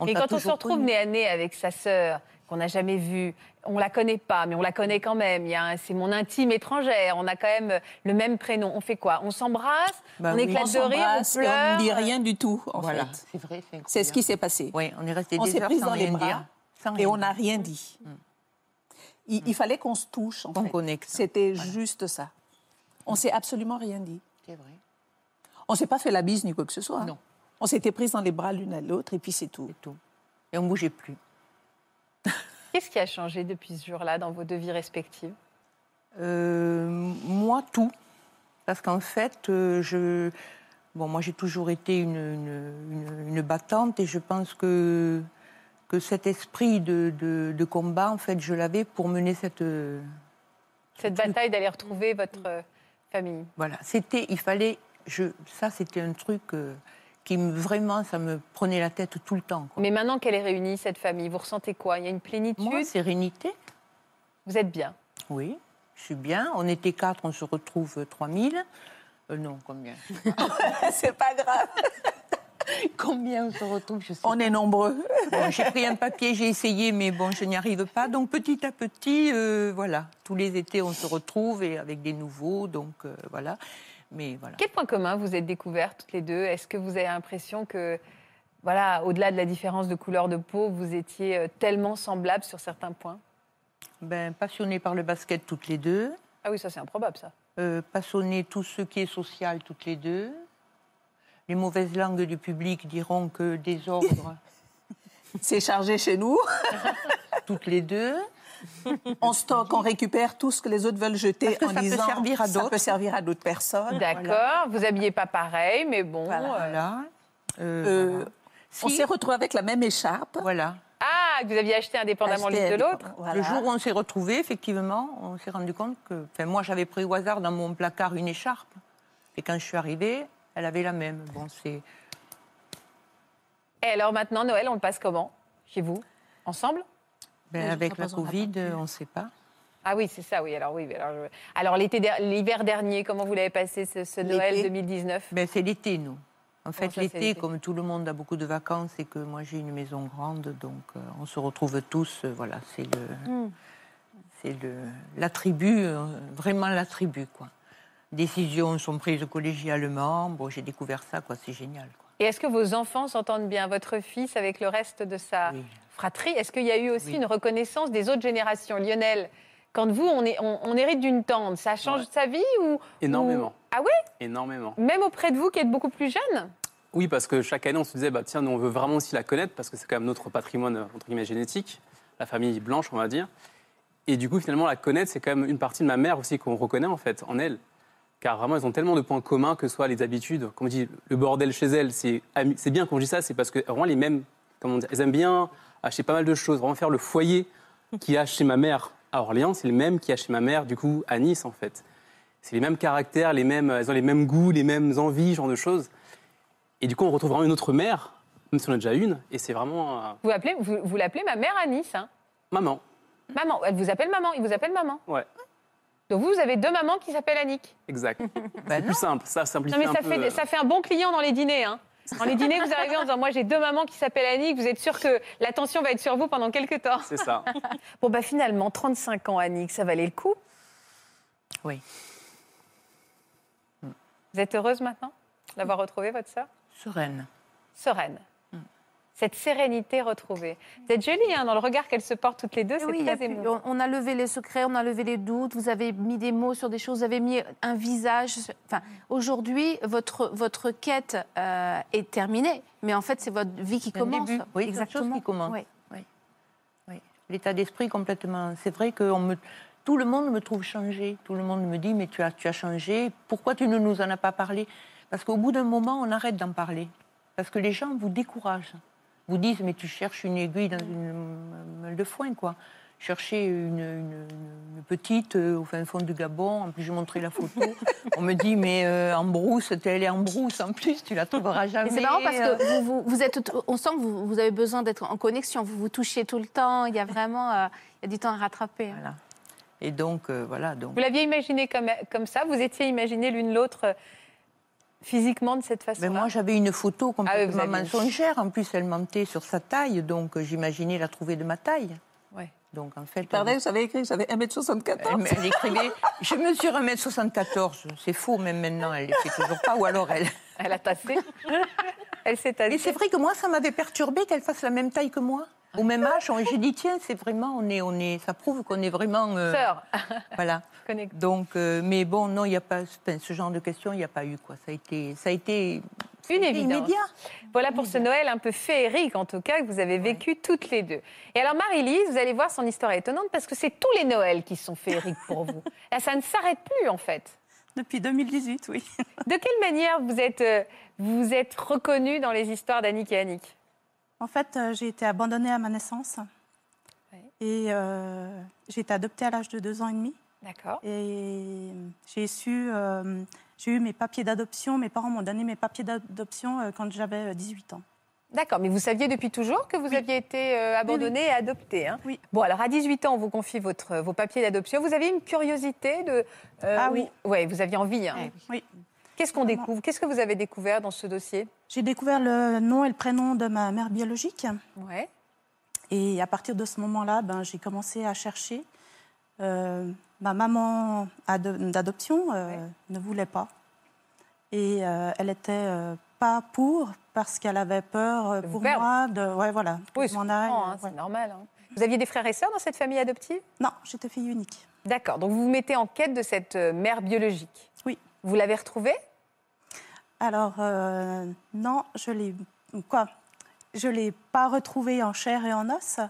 C: Mais
B: t'a
C: quand on se
B: toujours
C: retrouve
B: connu.
C: nez à nez avec sa sœur, qu'on n'a jamais vue, on la connaît pas, mais on la connaît quand même. Il y a un- c'est mon intime étrangère. On a quand même le même prénom. On fait quoi On s'embrasse,
B: Bah
C: on
B: oui.
C: éclate
G: On
C: de rire,
G: s'embrasse
C: on
G: et
C: pleure.
G: ne dit rien du tout, en
B: Voilà,
G: fait.
B: c'est vrai, c'est
G: C'est ce qui
B: incroyable.
G: s'est passé.
B: Oui, on est resté
G: On
B: des
G: s'est
B: heures
G: pris
B: sans
G: dans les
B: rien
G: bras
B: dire. Sans
G: Et
B: rien
G: on
B: dire.
G: n'a rien dit. Il, il fallait qu'on se touche, en
B: Qu'on
G: fait.
B: connecte.
G: C'était juste ça. On s'est absolument rien dit.
B: C'est vrai.
G: On s'est pas fait la bise ni quoi que ce soit. hein.
B: Non.
G: On s'était prises dans les bras l'une à l'autre et puis c'est tout.
B: C'est tout. Et on ne bougeait plus.
C: Qu'est-ce qui a changé depuis ce jour-là dans vos deux vies respectives
B: Euh, moi, tout. Parce qu'en fait, euh, je. Bon, moi, j'ai toujours été une, une- une- une battante et je pense que, que cet esprit de, de- de combat, en fait, je l'avais pour mener cette. euh,
C: Cette bataille d'aller retrouver votre euh, famille.
B: Voilà, c'était, il fallait, je, ça c'était un truc euh, qui me, vraiment, ça me prenait la tête tout le temps. quoi.
C: Mais maintenant qu'elle est réunie, cette famille, vous ressentez quoi Il y a une plénitude
B: Moi, sérénité,
C: Vous êtes bien.
B: oui, je suis bien. On était quatre, on se retrouve euh, 3000. Euh, non, combien
G: (laughs) c'est pas grave.
B: (laughs) Combien on se retrouve Je sais
G: On est nombreux.
B: pas. Bon, j'ai pris un papier, j'ai essayé, mais bon, je n'y arrive pas. Donc petit à petit, euh, voilà, tous les étés on se retrouve et avec des nouveaux, donc euh, voilà. Mais voilà.
C: Quel point commun vous êtes découvertes toutes les deux Est-ce que vous avez l'impression que, voilà, au-delà de la différence de couleur de peau, vous étiez euh, tellement semblables sur certains points
B: Ben, passionnés par le basket toutes les deux.
C: Ah oui, ça c'est improbable ça.
B: euh, passionner tout ce qui est social toutes les deux. Les mauvaises langues du public diront
G: (laughs)
B: que désordre
G: C'est chargé chez nous.
B: toutes les deux.
G: On stocke, on récupère tout ce que les autres veulent jeter
B: Parce que
G: en
B: ça peut
G: disant
B: servir à
G: ça
B: d'autres.
G: peut servir à d'autres personnes.
C: D'accord, vous habillez pas pareil, mais bon. euh,
B: Voilà. Euh,
G: Euh,
B: voilà.
G: On
B: Si,
G: s'est retrouvés avec la même écharpe.
B: voilà.
C: Ah, que vous aviez acheté indépendamment l'une de
G: Acheter-
C: l'autre
G: Voilà.
B: Le jour où on s'est retrouvés, effectivement, on s'est rendu compte que. Enfin, moi, j'avais pris au hasard dans mon placard une écharpe. Et quand je suis arrivée, elle avait la même. Bon, c'est.
C: Et alors maintenant, Noël, on le passe comment Chez vous Ensemble
B: ben,
D: Ouais, je
B: avec
D: crois
B: la
D: pas qu'on l'a
B: Covid, euh, on ne sait pas.
C: Ah oui, c'est ça, oui. Alors, oui, mais alors, je- alors l'été der- l'hiver dernier, comment vous l'avez passé ce, ce Noël
G: L'été.
C: 2019
B: Ben, c'est l'été, nous. En fait,
C: ça, c'est
B: l'été,
C: l'été
B: comme tout le monde a beaucoup de vacances et que moi j'ai une maison grande, donc euh, on se retrouve tous. euh, voilà, c'est le,
C: Hmm.
B: c'est le, la tribu, euh, vraiment la tribu, quoi. Décisions sont prises collégialement. Bon, j'ai découvert ça, quoi. C'est génial. Quoi.
C: Et est-ce que vos enfants s'entendent bien, votre fils avec le reste de sa
B: Oui.
C: fratrie Est-ce qu'il y a eu aussi
B: Oui.
C: une reconnaissance des autres générations Lionel, quand vous, on, est, on, on hérite d'une tante, ça change
H: Ouais.
C: sa vie ou
H: Énormément.
C: ou- Ah oui
H: Énormément.
C: Même auprès de vous qui êtes beaucoup plus jeune
H: Oui, parce que chaque année, on se disait, bah, tiens, nous, on veut vraiment aussi la connaître, parce que c'est quand même notre patrimoine, euh, entre guillemets, génétique, la famille blanche, on va dire. Et du coup, finalement, la connaître, c'est quand même une partie de ma mère aussi qu'on reconnaît, en fait, en elle. Car vraiment, ils ont tellement de points communs, que ce soit les habitudes, comme on dit, le bordel chez elle, c'est ami- c'est bien qu'on dit ça, c'est parce que vraiment, les mêmes, comment dire, elles aiment bien acheter pas mal de choses, vraiment faire le foyer qu'il y a chez ma mère à Orléans, c'est le même qu'il y a chez ma mère, du coup, à Nice, en fait. C'est les mêmes caractères, les mêmes, elles ont les mêmes goûts, les mêmes envies, ce genre de choses. Et du coup, on retrouve vraiment une autre mère, même si on en a déjà une, et c'est vraiment euh,
C: Vous appelez- vous- vous l'appelez ma mère à Nice. hein.
H: maman.
C: Maman, elle vous appelle maman, il vous appelle maman.
H: Ouais,
C: Donc vous, vous avez deux mamans qui s'appellent Annick. (laughs)
H: exact.
B: Ben
H: c'est plus simple, ça simplifie
C: Bah Non, mais
H: un
C: ça
H: peu.
C: fait,
H: euh,
C: ça fait un bon client dans les dîners. Hein. Dans les dîners, vous arrivez en disant Moi, j'ai deux mamans qui s'appellent Annick, vous êtes sûr que l'attention va être sur vous pendant quelques temps.
H: C'est
C: (laughs)
H: ça.
A: Bon, bah finalement, 35 ans, Annick, ça valait le coup.
B: Oui.
C: Hmm. Vous êtes heureuse maintenant d'avoir retrouvé votre sœur
B: Sereine.
C: Sereine. Cette sérénité retrouvée. Vous êtes jolie hein, dans le regard qu'elles se portent toutes les deux,
I: Eh
C: c'est
I: oui, il y a
C: très
I: plus-
C: émouvant.
I: on- on a levé les secrets, on a levé les doutes, vous avez mis des mots sur des choses, vous avez mis un visage. Enfin, aujourd'hui, votre, votre quête euh, est terminée, mais en fait, c'est votre vie qui
B: C'est un
I: commence.
B: début. Oui, quelque chose qui commence.
I: Oui.
B: L'état d'esprit complètement. C'est vrai que on me... tout le monde me trouve changée. Tout le monde me dit Mais tu as, tu as changé, pourquoi tu ne nous en as pas parlé Parce qu'au bout d'un moment, on arrête d'en parler. Parce que les gens vous découragent. Vous disent Mais tu cherches une aiguille dans une meule de foin, quoi. Chercher une, une- une petite euh, au fin fond du Gabon. En plus, je montrais la
I: (laughs)
B: photo. on me dit Mais euh, en brousse, t'es- elle est en brousse en plus, tu la trouveras jamais.
I: Et c'est marrant parce
B: Euh,
I: que vous, vous- vous êtes, on sent que vous, vous avez besoin d'être en connexion, vous vous touchez tout le temps, il y a vraiment euh, il y a du temps à rattraper.
B: Voilà. Et donc, euh, voilà. Donc...
C: Vous l'aviez imaginé comme, comme ça Vous étiez imaginé l'une l'autre euh, physiquement de cette façon-là
B: Mais moi, j'avais une photo
C: Ah oui, vous
B: complètement
C: avez une-
B: mensongère. En plus, elle mentait sur sa taille, donc euh, j'imaginais la trouver de ma taille.
C: Ouais.
B: Donc, en fait,
G: Pardon, j'avais écrit que j'avais 1m74.
B: elle, elle-
C: (laughs)
B: elle écrivait « Je mesure 1m74 ». C'est faux, même maintenant, elle ne le fait toujours pas. Ou
C: (laughs)
B: alors elle...
C: Elle a tassé. Elle s'est tassée.
B: Mais c'est vrai que moi, ça m'avait perturbée qu'elle fasse la même taille que moi. Au même âge, on- j'ai dit tiens, c'est vraiment, on est, on est, ça prouve qu'on est vraiment. euh,
C: Sœur,
B: Voilà.
C: connecte.
B: Donc, euh, mais bon, non, il n'y a pas enfin, ce genre de questions, il n'y a pas eu quoi. Ça a été, ça a été
C: Une
B: c'était
C: évidence.
B: immédiat.
C: Voilà pour ce Noël un peu féerique, en tout cas, que vous avez vécu toutes les deux. Et alors, Marie-Lise, vous allez voir, son histoire est étonnante parce que c'est tous les Noëls qui sont féeriques pour
B: (laughs)
C: vous. Là, ça ne s'arrête plus, en fait.
F: Depuis 2018, oui.
C: (laughs) De quelle manière vous êtes, euh, vous êtes reconnue dans les histoires d'Annick et Annick
F: En fait, euh, j'ai été abandonnée à ma naissance.
C: Ouais.
F: Et euh, j'ai été adoptée à l'âge de deux ans et demi.
C: D'accord.
F: Et j'ai su, euh, j'ai eu mes papiers d'adoption. Mes parents m'ont donné mes papiers d'adoption euh, quand j'avais euh, 18 ans.
C: D'accord, mais vous saviez depuis toujours que vous aviez été euh, abandonnée et adoptée. hein
F: Oui.
C: Bon, alors à 18 ans, on vous confie votre, vos papiers d'adoption. Vous aviez une curiosité de... euh,
F: Ah oui. Eh
C: ou- Ouais, vous aviez envie. hein.
F: Oui.
C: Qu'est-ce qu'on
F: Vraiment.
C: découvre Qu'est-ce que vous avez découvert dans ce dossier
F: J'ai découvert le nom et le prénom de ma mère biologique.
C: Ouais.
F: Et à partir de ce moment-là, ben, j'ai commencé à chercher. Euh, ma maman ado- d'adoption euh,
C: Ouais.
F: ne voulait pas. Et euh, elle n'était pas pour parce qu'elle avait peur euh,
C: De vous
F: pour
C: perdre.
F: moi de ouais voilà que
C: Oui,
F: je
C: je
F: m'en aille,
C: comprends, hein,
F: ouais.
C: c'est normal. hein. Vous aviez des frères et sœurs dans cette famille adoptive
F: non j'étais fille unique
C: D'accord, donc vous vous mettez en quête de cette euh, mère biologique.
F: Oui.
C: Vous l'avez retrouvée
F: alors euh, non je l'ai quoi je l'ai pas retrouvée en chair et en os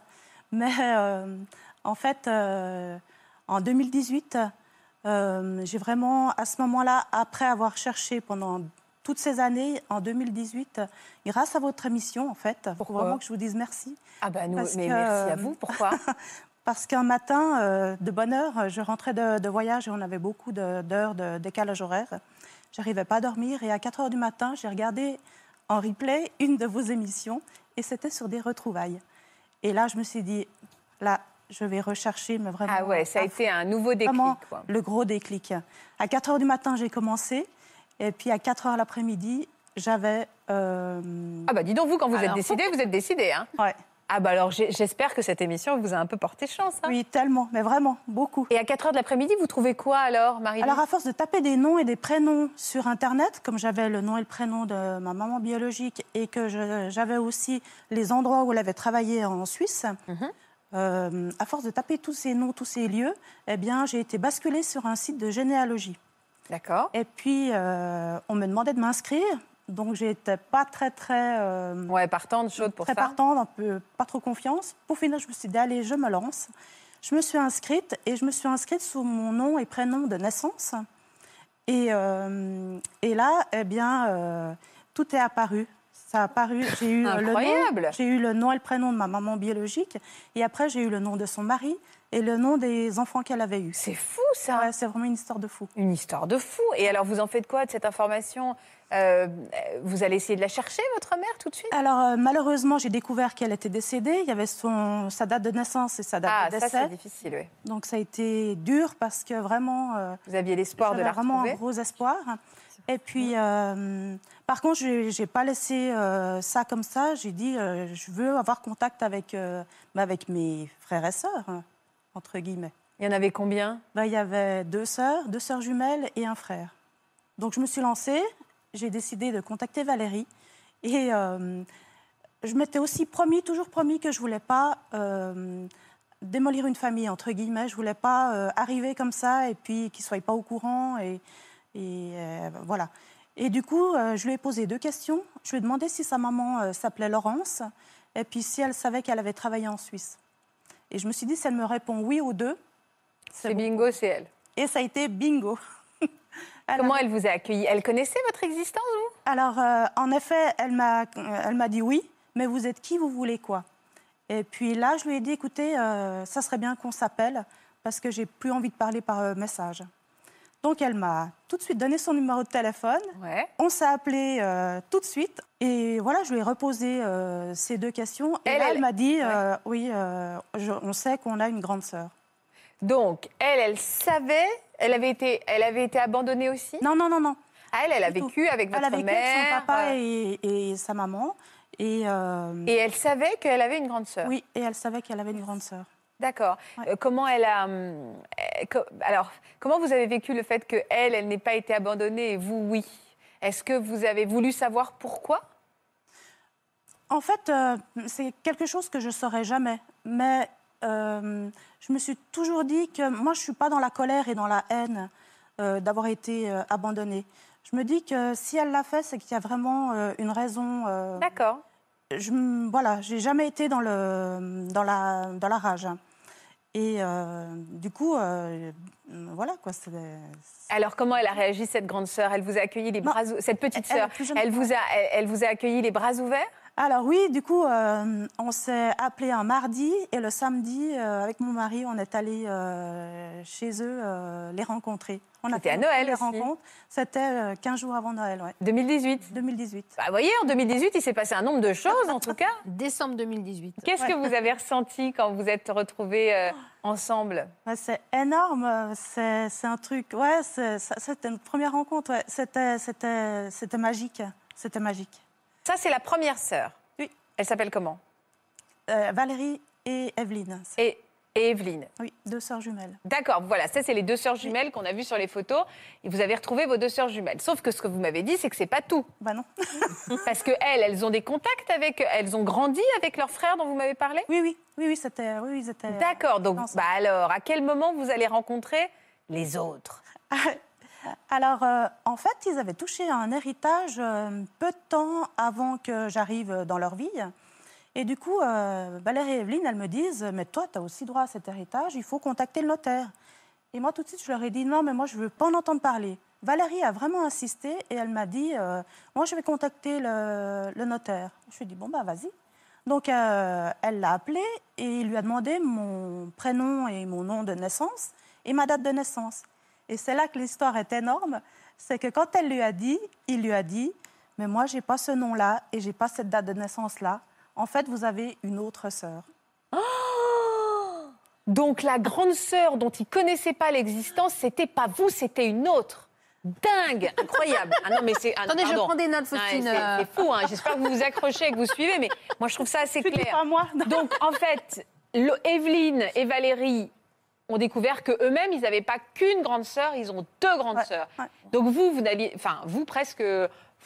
F: mais euh, en fait euh, en 2018 euh, j'ai vraiment à ce moment-là après avoir cherché pendant toutes ces années en 2018 grâce à votre émission en fait pour
C: Pourquoi
F: vraiment que je vous dise merci
C: Ah bah nous,
F: Parce
C: mais
F: que,
C: merci à
F: euh, (laughs)
C: vous. Pourquoi
F: Parce qu'un matin, euh, de bonne heure, je rentrais de, de voyage et on avait beaucoup de- d'heures de, décalage horaire. J'arrivais pas à dormir et à 4 heures du matin, j'ai regardé en replay une de vos émissions et c'était sur des retrouvailles. Et là, je me suis dit, là, je vais rechercher, mais vraiment.
C: Ah ouais, ça a
F: à
C: été un nouveau déclic.
F: Vraiment,
C: quoi.
F: le gros déclic. À 4 heures du matin, j'ai commencé et puis à 4 heures l'après-midi, j'avais. euh,
C: Ah bah dis donc, vous, quand vous êtes
I: Alors.
C: décidé, vous êtes décidé. Hein
F: ouais,
C: ah bah alors j'ai- j'espère que cette émission vous a un peu porté chance. hein.
F: oui, tellement, mais vraiment, beaucoup.
C: Et à 4h de l'après-midi, vous trouvez quoi alors, marie
F: Alors, à force de taper des noms et des prénoms sur Internet, comme j'avais le nom et le prénom de ma maman biologique et que je- j'avais aussi les endroits où elle avait travaillé en Suisse, euh, à force de taper tous ces noms, tous ces lieux, eh bien, j'ai été basculée sur un site de généalogie.
C: D'accord.
F: Et puis, euh, on me demandait de m'inscrire, donc j'étais pas très, très. euh,
C: Ouais, partante, chaude pour
F: très
C: ça.
F: partante, un peu pas trop confiance. Pour finir, je me suis dit, allez, je me lance. Je me suis inscrite et je me suis inscrite sous mon nom et prénom de naissance. Et, euh, et là, eh bien, euh, tout est apparu. Ça a apparu. J'ai eu, euh, le
C: Incroyable.
F: nom- j'ai eu le nom et le prénom de ma maman biologique. Et après, j'ai eu le nom de son mari et le nom des enfants qu'elle avait eus.
C: C'est fou ça.
F: Ouais, c'est vraiment une histoire de fou.
C: Une histoire de fou. Et alors vous en faites quoi de cette information Euh, Vous allez essayer de la chercher, votre mère, tout de suite
F: Alors, euh, malheureusement, j'ai découvert qu'elle était décédée. Il y avait son, sa date de naissance et sa date
C: Ah,
F: de
C: ça
F: décès.
C: c'est difficile, oui.
F: Donc ça a été dur parce que vraiment, euh,
C: Vous aviez l'espoir de
F: j'avais
C: la
F: vraiment un
C: retrouver
F: gros espoir. Et puis, euh, par contre, je n'ai pas laissé euh, ça comme ça. J'ai dit, euh, je veux avoir contact avec, euh, bah, avec mes frères et sœurs, hein, entre guillemets.
C: Il y en avait combien
F: Bah, Il y avait deux sœurs, deux sœurs jumelles et un frère. Donc je me suis lancée, j'ai décidé de contacter Valérie. Et euh, je m'étais aussi promis, toujours promis, que je voulais pas euh, démolir une famille, entre guillemets. Je voulais pas euh, arriver comme ça et puis qu'ils ne soient pas au courant. Et, et, euh, voilà. Et du coup, euh, je lui ai posé deux questions. Je lui ai demandé si sa maman euh, s'appelait Laurence et puis si elle savait qu'elle avait travaillé en Suisse. Et je me suis dit, si elle me répond oui aux deux,
C: C'est bingo, c'est elle.
F: et ça a été bingo. Elle
C: Comment elle vous a accueilli Elle connaissait votre existence
F: Alors, euh, en effet, elle m'a, euh, elle m'a dit oui, mais vous êtes qui, vous voulez quoi Et puis là, je lui ai dit, écoutez, euh, ça serait bien qu'on s'appelle parce que j'ai plus envie de parler par euh, message. Donc, elle m'a tout de suite donné son numéro de téléphone.
C: Ouais.
F: On s'est appelé euh, tout de suite. Et voilà, je lui ai reposé euh, ces deux questions. Et
C: Elle,
F: là, elle,
C: elle-
F: m'a dit, euh, oui, euh, je- on sait qu'on a une grande sœur.
C: Donc, elle, elle savait, elle avait été, elle avait été abandonnée aussi
F: Non, non, non, non.
C: Ah, elle, elle a
F: du tout.
C: vécu avec
F: Elle
C: votre
F: a vécu avec
C: mère.
F: son papa
C: euh,
F: et, et sa maman. Et, euh,
C: et elle savait qu'elle avait une grande sœur.
F: oui, et elle savait qu'elle avait une grande sœur.
C: D'accord.
F: Ouais.
C: Euh, comment elle a. hum, euh, co- alors, comment vous avez vécu le fait que elle, elle n'ait pas été abandonnée et vous, oui Est-ce que vous avez voulu savoir pourquoi
F: En fait, euh, c'est quelque chose que je ne saurais jamais. Mais euh, je me suis toujours dit que moi, je ne suis pas dans la colère et dans la haine euh, d'avoir été euh, abandonnée. Je me dis que si elle l'a fait, c'est qu'il y a vraiment euh, une raison. euh,
C: D'accord.
F: je, m- voilà, j'ai jamais été dans, le, dans, la, dans la rage. Et euh, du coup, euh, voilà quoi. c'est-
C: Alors comment elle a réagi cette grande sœur Elle vous a accueilli les
F: Non.
C: bras ou- cette petite
F: Elle- elle
C: sœur.
F: est plus jeune
C: Elle
F: que
C: vous a elle, elle vous a accueilli les bras ouverts
F: Alors oui, du coup, euh, on s'est appelé un mardi et le samedi, euh, avec mon mari, on est allé euh, chez eux euh, les rencontrer. On
C: C'était
F: fait
C: à Noël
F: les
C: aussi.
F: rencontres. C'était euh, 15 jours avant Noël, ouais.
C: 2018.
F: 2018.
C: Bah, vous voyez, en 2018, il s'est passé un nombre de choses en tout cas.
I: Décembre 2018.
C: Qu'est-ce que vous avez ressenti quand vous êtes
F: (gasps)
C: retrouvés euh, ensemble
F: (laughs) Ouais, c'est énorme, c'est c'est un truc. Ouais, c'est- ça- c'était une première rencontre. ouais. C'était c'était c'était magique, c'était magique.
C: Ça, c'est la première sœur.
F: Oui.
C: Elle s'appelle comment
F: Euh, Valérie et Evelyne, c'est-
C: et, et Evelyne.
F: oui, deux sœurs jumelles.
C: D'accord, voilà, ça c'est les deux sœurs jumelles qu'on a vues sur les photos. Et vous avez retrouvé vos deux sœurs jumelles. Sauf que ce que vous m'avez dit, c'est que c'est pas tout.
F: Bah non.
C: (laughs) Parce que elles, elles ont des contacts avec, elles ont grandi avec leurs frères dont vous m'avez parlé.
F: Oui, oui, oui, oui, c'était, oui, ils étaient.
C: D'accord, donc
F: ensemble.
C: bah alors, à quel moment vous allez rencontrer les autres
F: Alors, euh, en fait, ils avaient touché à un héritage euh, peu de temps avant que j'arrive dans leur vie. Et du coup, euh, Valérie et Evelyne, elles me disent Mais toi, tu as aussi droit à cet héritage, il faut contacter le notaire. Et moi, tout de suite, je leur ai dit Non, mais moi, je ne veux pas en entendre parler. Valérie a vraiment insisté et elle m'a dit euh, Moi, je vais contacter le, le notaire. Je lui ai dit Bon, bah, vas-y. Donc, euh, elle l'a appelé et il lui a demandé mon prénom et mon nom de naissance et ma date de naissance. Et c'est là que l'histoire est énorme. C'est que quand elle lui a dit, il lui a dit Mais moi, j'ai pas ce nom-là et j'ai pas cette date de naissance-là. En fait, vous avez une autre sœur.
C: Donc la grande sœur dont ils connaissaient pas l'existence, c'était pas vous, c'était une autre. Dingue, incroyable. Ah non mais c'est ah,
I: Attendez, je
C: pardon.
I: prends des notes,
C: Ah, c'est
I: Faustine. euh,
C: c'est fou, hein. j'espère que vous vous accrochez et que vous suivez, mais moi je trouve ça assez
F: Tu dis
C: clair.
F: pas moi (laughs) non.
C: Donc en fait, le- Evelyne et Valérie ont découvert que eux-mêmes, ils n'avaient pas qu'une grande sœur, ils ont deux grandes
F: Ouais,
C: sœurs.
F: ouais.
C: Donc vous, vous n'alliez, enfin vous presque,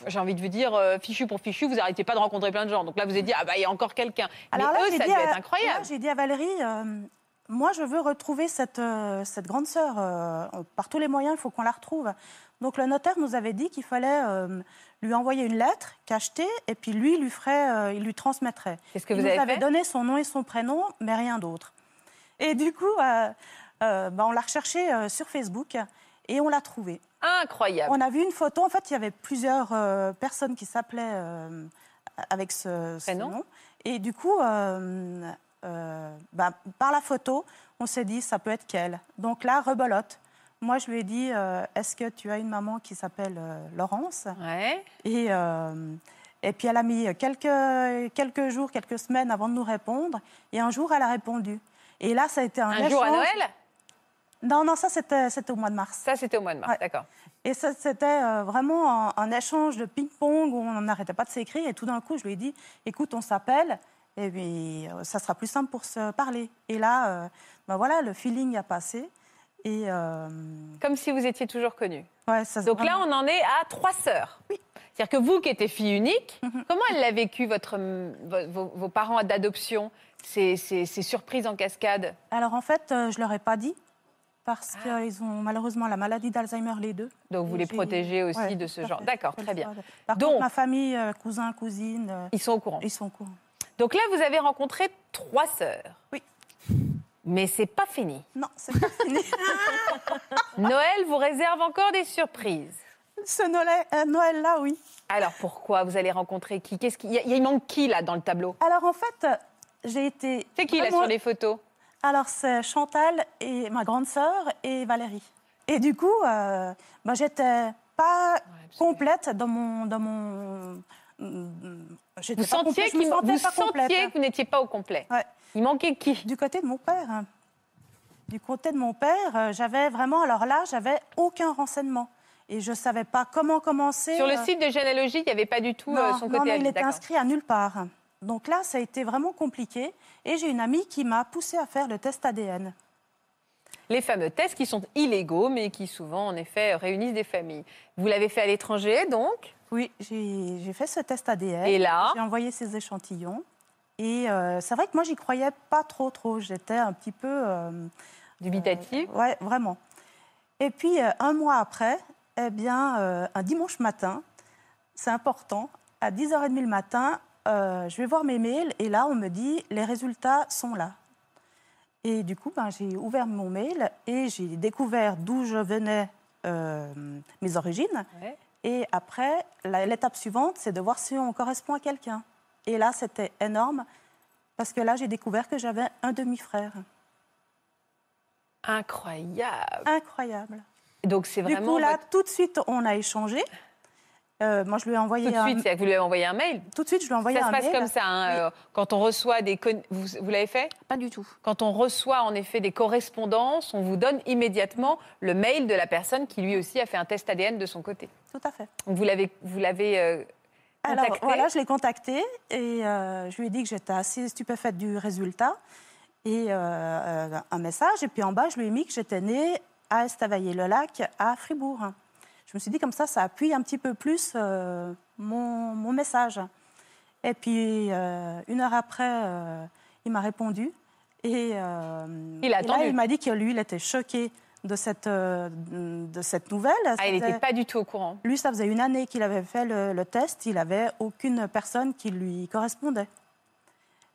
C: j'ai envie de vous dire euh, fichu pour fichu, vous n'arrêtez pas de rencontrer plein de gens. Donc là, vous avez dit ah bah il y a encore quelqu'un. Mais
F: là,
C: eux,
F: j'ai
C: ça
F: dit
C: devait
F: à-
C: être
F: là,
C: incroyable.
F: J'ai dit à Valérie euh, Moi, je veux retrouver cette, euh, cette grande sœur. euh, on- par tous les moyens, il faut qu'on la retrouve. Donc, le notaire nous avait dit qu'il fallait euh, lui envoyer une lettre cachetée et puis lui, il lui, ferait, euh, il lui transmettrait.
C: C'est ce que
F: Il
C: vous
F: nous
C: avez
F: avait
C: fait
F: donné son nom et son prénom, mais rien d'autre. Et du coup, euh, euh, bah, on l'a recherché euh, sur Facebook et on l'a trouvé.
C: Incroyable.
F: On a vu une photo. En fait, il y avait plusieurs euh, personnes qui s'appelaient euh, avec ce, ce
C: Prénom.
F: nom. Et du coup, euh, euh, bah, par la photo, on s'est dit, ça peut être qu'elle. Donc là, rebolote. Moi, je lui ai dit, euh, est-ce que tu as une maman qui s'appelle euh, Laurence
C: Ouais.
F: et, euh, et puis elle a mis quelques, quelques jours, quelques semaines avant de nous répondre. Et un jour, elle a répondu. Et là, ça a été un,
C: Un jour à
F: échange.
C: Noël
F: Non, non, ça c'était c'était au mois de mars.
C: Ça, c'était au mois de mars,
F: Ouais.
C: d'accord.
F: Et ça c'était euh, vraiment un, un échange de ping-pong où on n'arrêtait pas de s'écrire. Et tout d'un coup, je lui ai dit, écoute, on s'appelle. Et puis, euh, ça sera plus simple pour se parler. Et là, euh, ben voilà, le feeling a passé. Et euh,
C: Comme si vous étiez toujours connus.
F: ouais, ça,
C: Donc là, on en est à trois sœurs. C'est-à-dire que vous, qui étiez fille unique,
F: Mhm.
C: comment elle l'a vécu, votre, mm, vo- vos, vos parents d'adoption, ces, ces- ces surprises en cascade
F: Alors en fait, euh, je leur ai pas dit parce qu'ils ont malheureusement la maladie d'Alzheimer les deux.
C: Ah. Donc vous
F: Et
C: les
F: j'ai-
C: protégez aussi
F: ouais,
C: de ce
F: tout à
C: genre.
F: fait.
C: D'accord,
F: Faut le
C: très bien.
F: faire. Par
C: Donc-
F: contre, ma famille, euh, cousins, cousines, euh,
C: Ils sont au courant.
F: ils sont au courant.
C: Donc là, vous avez rencontré trois sœurs.
F: Oui.
C: Mais c'est pas fini.
F: Non, c'est pas fini.
C: (laughs)
F: (laughs)
C: Noël vous réserve encore des surprises.
F: ce Noël- euh, Noël-là, oui.
C: Alors pourquoi vous allez rencontrer qui Qu'est-ce qui il y a- il manque qui là dans le tableau
F: Alors en fait, euh, j'ai été.
C: C'est qui là
F: vraiment-
C: sur les photos
F: Alors c'est Chantal et ma grande sœur et Valérie. Et du coup, euh, bah, j'étais pas complète dans mon dans mon. Mm, j'étais
C: Vous
F: pas
C: sentiez,
F: complète, je
C: qu'il-
F: me sentais
C: vous
F: pas complète.
C: sentiez que vous n'étiez pas au complet.
F: Ouais.
C: Il manquait qui
F: Du côté de mon père. hein. Du côté de mon père, euh, j'avais vraiment. Alors là, j'avais aucun renseignement. Et je ne savais pas comment commencer.
C: Sur le
F: euh,
C: site de généalogie, il n'y avait pas du tout euh,
F: non,
C: son
F: non,
C: côté
F: non,
C: à lui,
F: il était
C: d'accord.
F: inscrit à nulle part. Donc là, ça a été vraiment compliqué. Et j'ai une amie qui m'a poussée à faire le test ADN.
C: Les fameux tests euh, qui sont illégaux, mais qui souvent, en effet, réunissent des familles. Vous l'avez fait à l'étranger, donc
F: Oui, j'ai j'ai fait ce test ADN.
C: Et là,
F: J'ai envoyé ces échantillons. Et euh, c'est vrai que moi, j'y croyais pas trop, trop. J'étais un petit peu. euh,
C: dubitatif.
F: Ouais, vraiment. Et puis, euh, un mois après, eh bien, euh, un dimanche matin, c'est important, à 10h30 le matin, euh, je vais voir mes mails et là, on me dit les résultats sont là. Et du coup, ben, j'ai ouvert mon mail et j'ai découvert d'où je venais, euh, mes origines.
C: Ouais.
F: Et après, la- l'étape suivante, c'est de voir si on correspond à quelqu'un. Et là, c'était énorme parce que là, j'ai découvert que j'avais un demi-frère.
C: Incroyable.
F: Incroyable.
C: Donc c'est
F: Du
C: vraiment.
F: coup, là,
C: votre-
F: tout de suite, on a échangé. Euh, moi, je lui ai envoyé
C: Tout de
F: un...
C: suite, c'est que vous lui avez envoyé un mail.
F: Tout de suite, je lui ai envoyé
C: Ça se
F: un
C: passe
F: mail.
C: comme ça. hein, euh, Quand on reçoit des. con- Vous, vous l'avez fait
I: Pas du tout.
C: Quand on reçoit en effet des correspondances, on vous donne immédiatement le mail de la personne qui lui aussi a fait un test ADN de son côté.
F: Tout à fait.
C: Donc vous l'avez. Vous l'avez euh,
F: Alors,
C: contacté.
F: voilà, je l'ai contacté et euh, je lui ai dit que j'étais assez stupéfaite du résultat. Et euh, euh, un message. Et puis en bas, je lui ai mis que j'étais née à Estavayer-le-Lac, à Fribourg. Je me suis dit, comme ça, ça appuie un petit peu plus euh, mon, mon message. Et puis, euh, une heure après, euh, il m'a répondu. Et, euh,
C: Il a
F: et
C: attendu.
F: là, il m'a dit que lui, il était choqué de cette, euh, de cette nouvelle.
C: Ah, il
F: Ça faisait-
C: n'était pas du tout au courant.
F: lui, ça faisait une année qu'il avait fait le, le test. Il n'avait aucune personne qui lui correspondait.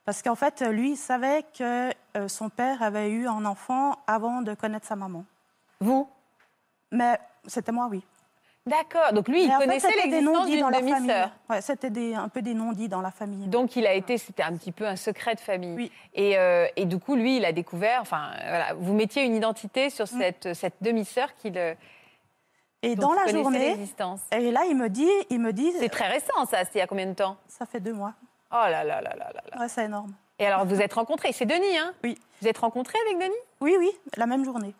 F: Parce qu'en fait, lui, il savait que euh, son père avait eu un enfant avant de connaître sa maman.
C: Vous
F: Mais c'était moi, oui.
C: D'accord. Ah, Donc lui, il
F: Mais en fait,
C: connaissait
F: c'était des
C: l'existence
F: non-dits
C: d'une
F: dans la famille.
C: demi-sœur.
F: Ouais, c'était des- un peu des non-dits dans la famille.
C: Donc il a été, c'était un petit peu un secret de famille.
F: Oui.
C: Et, euh, et du coup, lui, il a découvert, enfin, voilà, vous mettiez une identité sur cette, cette demi-sœur qu'il euh,
F: Mm. et
C: dont
F: dans
C: vous
F: la
C: connaissez
F: journée,
C: l'existence.
F: et là, il me dit, il me dit,
C: C'est très récent, ça, c'était il y a combien de temps
F: ça fait deux mois.
C: Oh là là là là là là.
F: Ouais, c'est énorme.
C: Et alors, vous êtes rencontrés, c'est Denis, hein
F: Oui.
C: Vous êtes rencontrés avec Denis
F: Oui, oui, la même journée.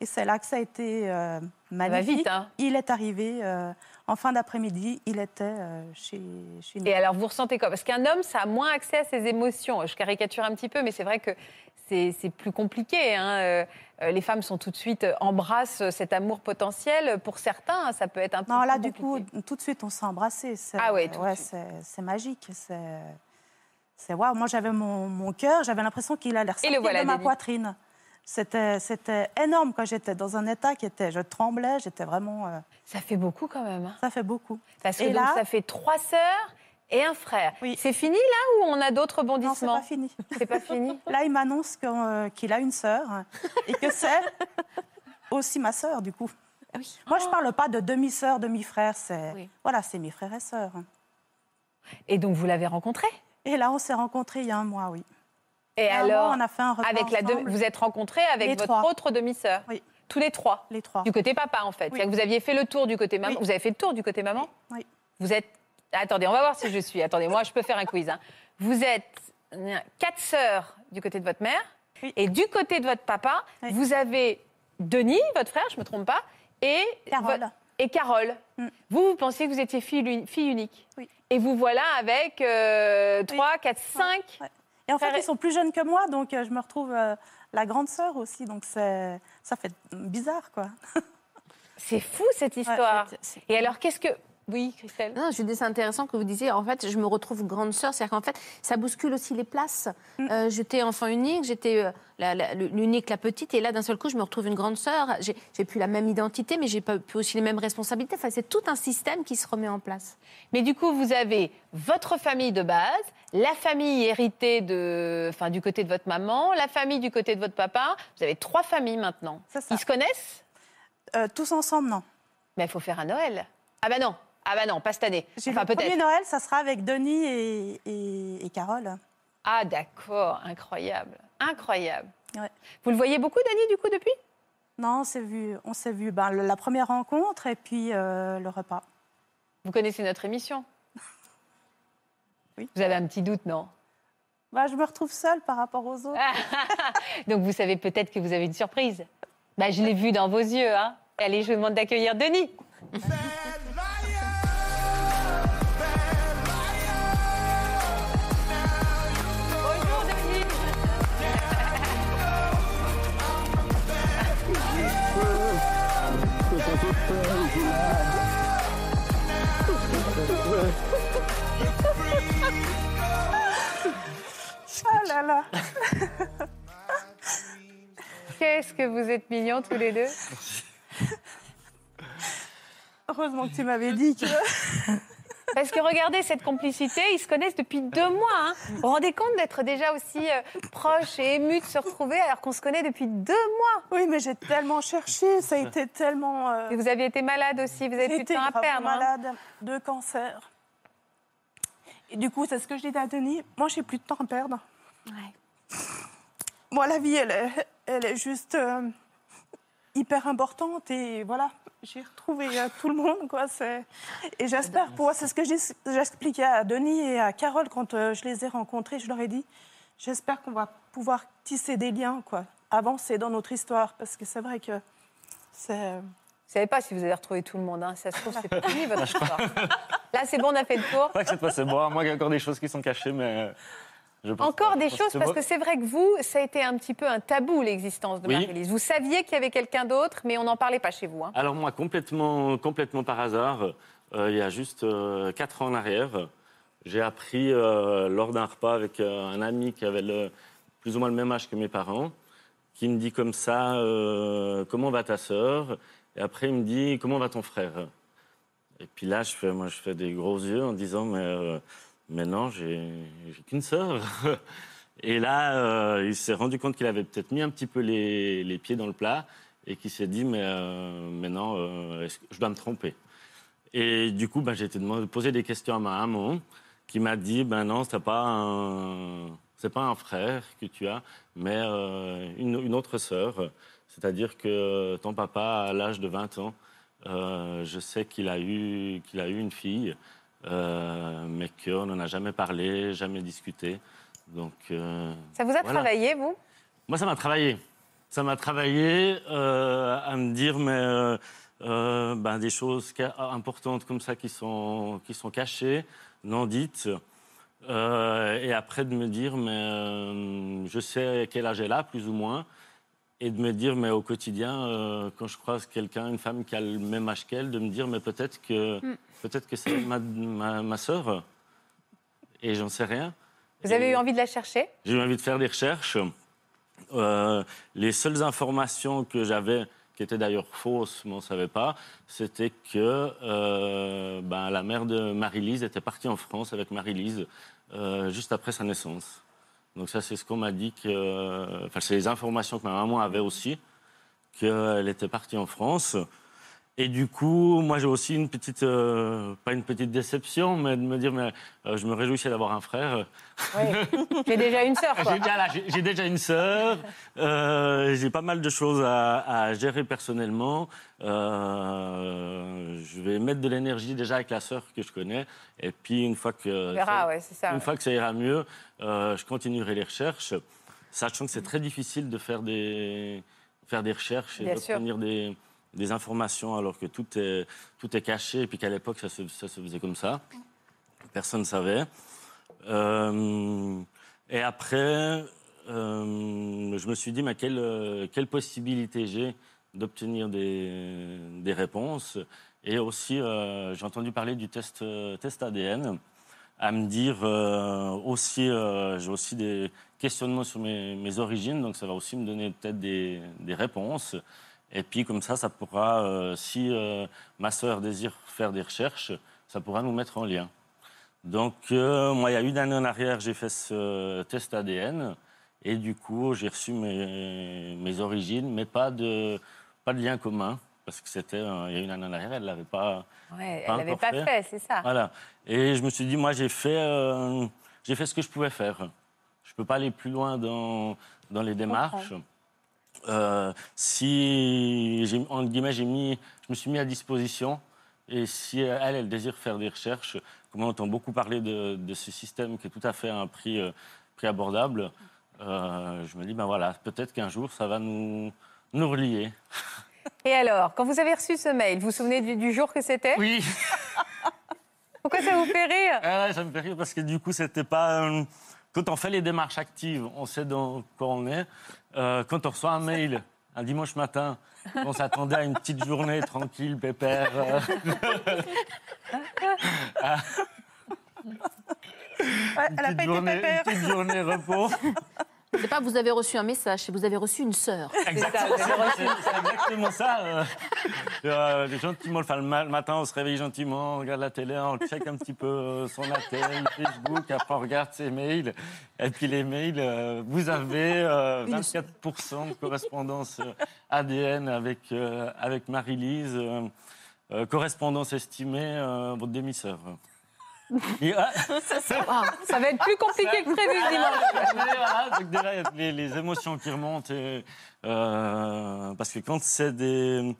F: Et c'est là que ça a été euh,
C: Ça va
F: magnifique.
C: vite, hein
F: Il est arrivé euh, en fin d'après-midi, il était euh, chez, chez nous.
C: Et alors, vous ressentez quoi Parce qu'un homme, ça a moins accès à ses émotions. Je caricature un petit peu, mais c'est vrai que c'est c'est plus compliqué. hein. Euh, euh, les femmes sont tout de suite euh, embrassent cet amour potentiel. Pour certains, hein, ça peut être un peu
F: non, là, du
C: plus
F: coup,
C: compliqué.
F: tout de suite, on s'est embrassés. C'est-
C: Ah ouais, tout de suite.
F: c'est c'est magique. C'est c'est waouh. Moi, j'avais mon, mon cœur, j'avais l'impression qu'il allait ressortir
C: voilà,
F: de ma
C: Denis.
F: poitrine. C'était c'était énorme quand j'étais dans un état qui était. Je tremblais, j'étais vraiment. euh,
C: ça fait beaucoup quand même. hein.
F: ça fait beaucoup.
C: Parce que
F: Et
C: donc,
F: là-
C: ça fait trois sœurs et un frère.
F: Oui.
C: C'est fini là ou on a d'autres
F: Non, c'est
C: bondissements
F: pas fini.
C: C'est pas fini.
F: (laughs) Là, il m'annonce qu'on, euh, qu'il a une sœur hein, et que
C: (laughs)
F: c'est aussi ma sœur, du coup.
C: Ah
F: Moi, je
C: Oh.
F: ne parle pas de demi-sœur, demi-frère. C'est
I: Oui.
F: voilà, c'est mes frères et sœurs.
C: Et donc vous l'avez rencontré
F: Et là, on s'est rencontrés il y a un mois, oui.
C: Et
F: Il y a un
C: alors
F: mois, on a fait un repas
C: avec la demi-
F: ensemble,
C: vous êtes rencontrés avec
F: Les
C: votre
F: trois.
C: autre demi-sœur.
F: Oui.
C: Tous les trois.
F: les trois.
C: Du côté papa en fait. C'est-à-dire que vous aviez fait le tour du côté maman.
F: Oui.
C: Vous avez fait le tour du côté maman
F: Oui.
C: Vous êtes Attendez, on va voir si je suis. Attendez, moi je peux faire un quiz. hein. Vous êtes euh, quatre sœurs du côté de votre mère
F: Oui.
C: et du côté de votre papa,
F: Oui.
C: vous avez Denis, votre frère, je me trompe pas, et
F: Carole.
C: vo- et Carole.
F: Mm.
C: Vous, vous pensiez que vous étiez fille, l'uni- fille unique.
F: Oui.
C: Et vous voilà avec euh, trois, quatre, cinq.
F: Ouais. Et en fait,
C: Frère et-
F: ils sont plus jeunes que moi, donc euh, je me retrouve euh, la grande sœur aussi. Donc c'est ça fait bizarre, quoi.
C: C'est fou cette
F: Ouais,
C: histoire.
F: c'est- c'est-
C: Et alors, qu'est-ce que. Oui, Christelle
I: Non, je dis c'est intéressant que vous disiez, en fait, je me retrouve grande sœur. C'est-à-dire qu'en fait, ça bouscule aussi les places.
F: Mm.
I: Euh, j'étais enfant unique, j'étais euh, la- la- l'unique, la, petite, et là, d'un seul coup, je me retrouve une grande sœur. J'ai j'ai plus la même identité, mais j'ai pas plus aussi les mêmes responsabilités. Enfin, c'est tout un système qui se remet en place.
C: Mais du coup, vous avez votre famille de base, la famille héritée de, enfin, du côté de votre maman, la famille du côté de votre papa. Vous avez trois familles maintenant.
F: C'est ça.
C: Ils se connaissent
F: Euh, tous ensemble, non.
C: Mais il faut faire un Noël. Ah bah non, ah bah non, pas cette année.
F: J'ai
C: Enfin,
F: (laughs) le premier
C: peut-être.
F: Noël, ça sera avec Denis et, et- et Carole.
C: Ah d'accord, incroyable, incroyable.
F: Ouais.
C: Vous le voyez beaucoup, Dani, du coup, depuis
F: Non, on s'est vu, on s'est vu ben, le- la première rencontre et puis euh, le repas.
C: Vous connaissez notre émission
F: Oui.
C: Vous avez un petit doute, non
F: Bah, je me retrouve seule par rapport aux autres.
C: (laughs) Donc vous savez peut-être que vous avez une surprise. Bah, je l'ai vu dans vos yeux. Hein. Allez, je vous demande d'accueillir Denis. Bonjour Denis.
F: Ah là là
C: (laughs) Qu'est-ce que vous êtes mignons tous les deux.
F: Heureusement que tu m'avais dit que...
C: Parce que regardez cette complicité, ils se connaissent depuis deux mois. hein. Vous vous rendez compte d'être déjà aussi euh, proches et émus de se retrouver alors qu'on se connaît depuis deux mois
F: Oui, mais j'ai tellement cherché, ça a été tellement... euh,
C: Et Vous aviez été malade aussi, vous avez plus de
F: J'étais
C: temps à
F: gravement
C: perdre. hein.
F: malade de cancer. Et du coup, c'est ce que je disais à Denis. Moi, j'ai plus de temps à perdre. Moi, la vie, elle est, elle est juste euh, hyper importante. Et voilà, j'ai retrouvé euh, tout le monde. Quoi. C'est... Et j'espère, pour moi, c'est ce que j'ai- j'expliquais à Denis et à Carole quand euh, je les ai rencontrés. Je leur ai dit, j'espère qu'on va pouvoir tisser des liens, quoi, avancer dans notre histoire. Parce que c'est vrai que c'est...
C: Vous savez pas si vous avez retrouvé tout le monde, hein. ça se trouve,
J: (laughs)
C: c'est fini votre histoire. Là, c'est bon, on a fait le tour.
J: Je crois que cette fois, c'est bon. À moins qu'il y ait encore des choses qui sont cachées, mais. euh, je pense
C: Encore
J: pas.
C: des
J: Je pense
C: choses, parce que c'est vrai que vous, ça a été un petit peu un tabou, l'existence de
J: Oui.
C: Marie-Lise. Vous saviez qu'il y avait quelqu'un d'autre, mais on n'en parlait pas chez vous. hein.
J: Alors moi, complètement, complètement par hasard, euh, il y a juste euh, quatre ans en arrière, j'ai appris euh, lors d'un repas avec euh, un ami qui avait le- plus ou moins le même âge que mes parents, qui me dit comme ça, euh, comment va ta sœur Et après, il me dit, comment va ton frère Et puis là, je fais, moi, je fais des gros yeux en disant, mais, euh, mais non, j'ai j'ai qu'une sœur. (laughs) Et là, euh, il s'est rendu compte qu'il avait peut-être mis un petit peu les, les pieds dans le plat et qu'il s'est dit, mais, euh, mais non, euh, est-ce que je dois me tromper. Et du coup, ben, j'ai été demandé- posé des questions à ma maman qui m'a dit, ben non, c'est pas un, c'est pas un frère que tu as, mais euh, une, une autre sœur. C'est-à-dire que ton papa, à l'âge de 20 ans, euh, je sais qu'il a eu, qu'il a eu une fille, euh, mais qu'on n'en a jamais parlé, jamais discuté. Donc, euh,
C: Ça vous a
J: Voilà.
C: travaillé, vous
J: moi, ça m'a travaillé. Ça m'a travaillé euh, à me dire mais, euh, euh, ben, des choses ca- importantes comme ça qui sont, qui sont cachées, non dites. Euh, et après, de me dire mais euh, je sais quel âge elle a, plus ou moins. Et de me dire, mais au quotidien, euh, quand je croise quelqu'un, une femme qui a le même âge qu'elle, de me dire, mais peut-être que, peut-être que c'est ma, ma, ma sœur. Et j'en sais rien.
C: Vous avez
J: Et-
C: eu envie de la chercher
J: j'ai eu envie de faire des recherches. Euh, les seules informations que j'avais, qui étaient d'ailleurs fausses, mais on ne savait pas, c'était que euh, ben, la mère de Marie-Lise était partie en France avec Marie-Lise euh, juste après sa naissance. Donc ça, c'est ce qu'on m'a dit que... Enfin, c'est les informations que ma maman avait aussi, qu'elle était partie en France. Et du coup, moi, j'ai aussi une petite... euh, pas une petite déception, mais de me dire, mais euh, je me réjouissais d'avoir un frère.
C: (laughs) J'ai déjà une sœur, quoi.
J: Ah, J'ai déjà, là, j'ai- j'ai déjà une sœur. euh, j'ai pas mal de choses à, à gérer personnellement. Euh, je vais mettre de l'énergie déjà avec la sœur que je connais. Et puis une fois que
C: On verra, ouais, c'est ça.
J: une fois que ça ira mieux, euh, je continuerai les recherches, sachant que c'est très difficile de faire des faire des recherches et
C: Bien sûr.
J: d'obtenir des, des informations alors que tout est tout est caché et puis qu'à l'époque ça se, ça se faisait comme ça. Personne ne savait. Euh, et après, euh, je me suis dit, mais quelle, euh, quelle possibilité j'ai d'obtenir des, des réponses Et aussi, euh, j'ai entendu parler du test, euh, test ADN, à me dire euh, aussi, euh, j'ai aussi des questionnements sur mes, mes origines, donc ça va aussi me donner peut-être des, des réponses. Et puis comme ça, ça pourra, euh, si euh, ma sœur désire faire des recherches, ça pourra nous mettre en lien. Donc, euh, moi, il y a une année en arrière, j'ai fait ce test ADN. Et du coup, j'ai reçu mes, mes origines, mais pas de, pas de lien commun. Parce que c'était, euh, il y a une année en arrière, elle ne l'avait pas.
C: Ouais,
J: Pas
C: elle l'avait
J: encore
C: pas
J: fait.
C: fait, c'est ça.
J: Voilà. Et je me suis dit, moi, j'ai fait, euh, j'ai fait ce que je pouvais faire. Je ne peux pas aller plus loin dans, dans les démarches. Euh, si, j'ai- entre guillemets, j'ai mis, je me suis mis à disposition. Et si elle, elle désire faire des recherches, comme on entend beaucoup parler de, de ce système qui est tout à fait à un prix, euh, prix abordable, euh, je me dis, ben voilà, peut-être qu'un jour, ça va nous, nous relier.
C: Et alors, quand vous avez reçu ce mail, vous vous souvenez du, du jour que c'était
J: Oui,
C: Pourquoi ça vous fait rire
J: Ah ouais, ça me fait rire parce que du coup, c'était pas. euh, Quand on fait les démarches actives, on sait dans quoi on est. Euh, quand on reçoit un mail un dimanche
C: (laughs)
J: matin, on s'attendait à une petite journée tranquille, pépère. euh,
F: elle a
J: petite
F: pas été
J: journée-
F: pépère.
J: une petite journée repos.
I: C'est pas vous avez reçu un message, c'est vous avez reçu une sœur.
J: Exactement, c'est c'est exactement ça. euh. Euh, gentiment, enfin, le ma- le matin, on se réveille gentiment, on regarde la télé, on check un petit peu euh, son appel, Facebook, après on regarde ses mails. Et puis les mails, euh, vous avez euh, 24% de correspondance euh, ADN avec, euh, avec Marie-Lise, euh, euh, correspondance estimée, euh, votre demi-sœur. Et, ah,
C: Ça va être plus compliqué que prévu ce dimanche.
J: Ouais, voilà, ah, donc déjà, il y a les, les émotions qui remontent. et, euh, parce que quand c'est des.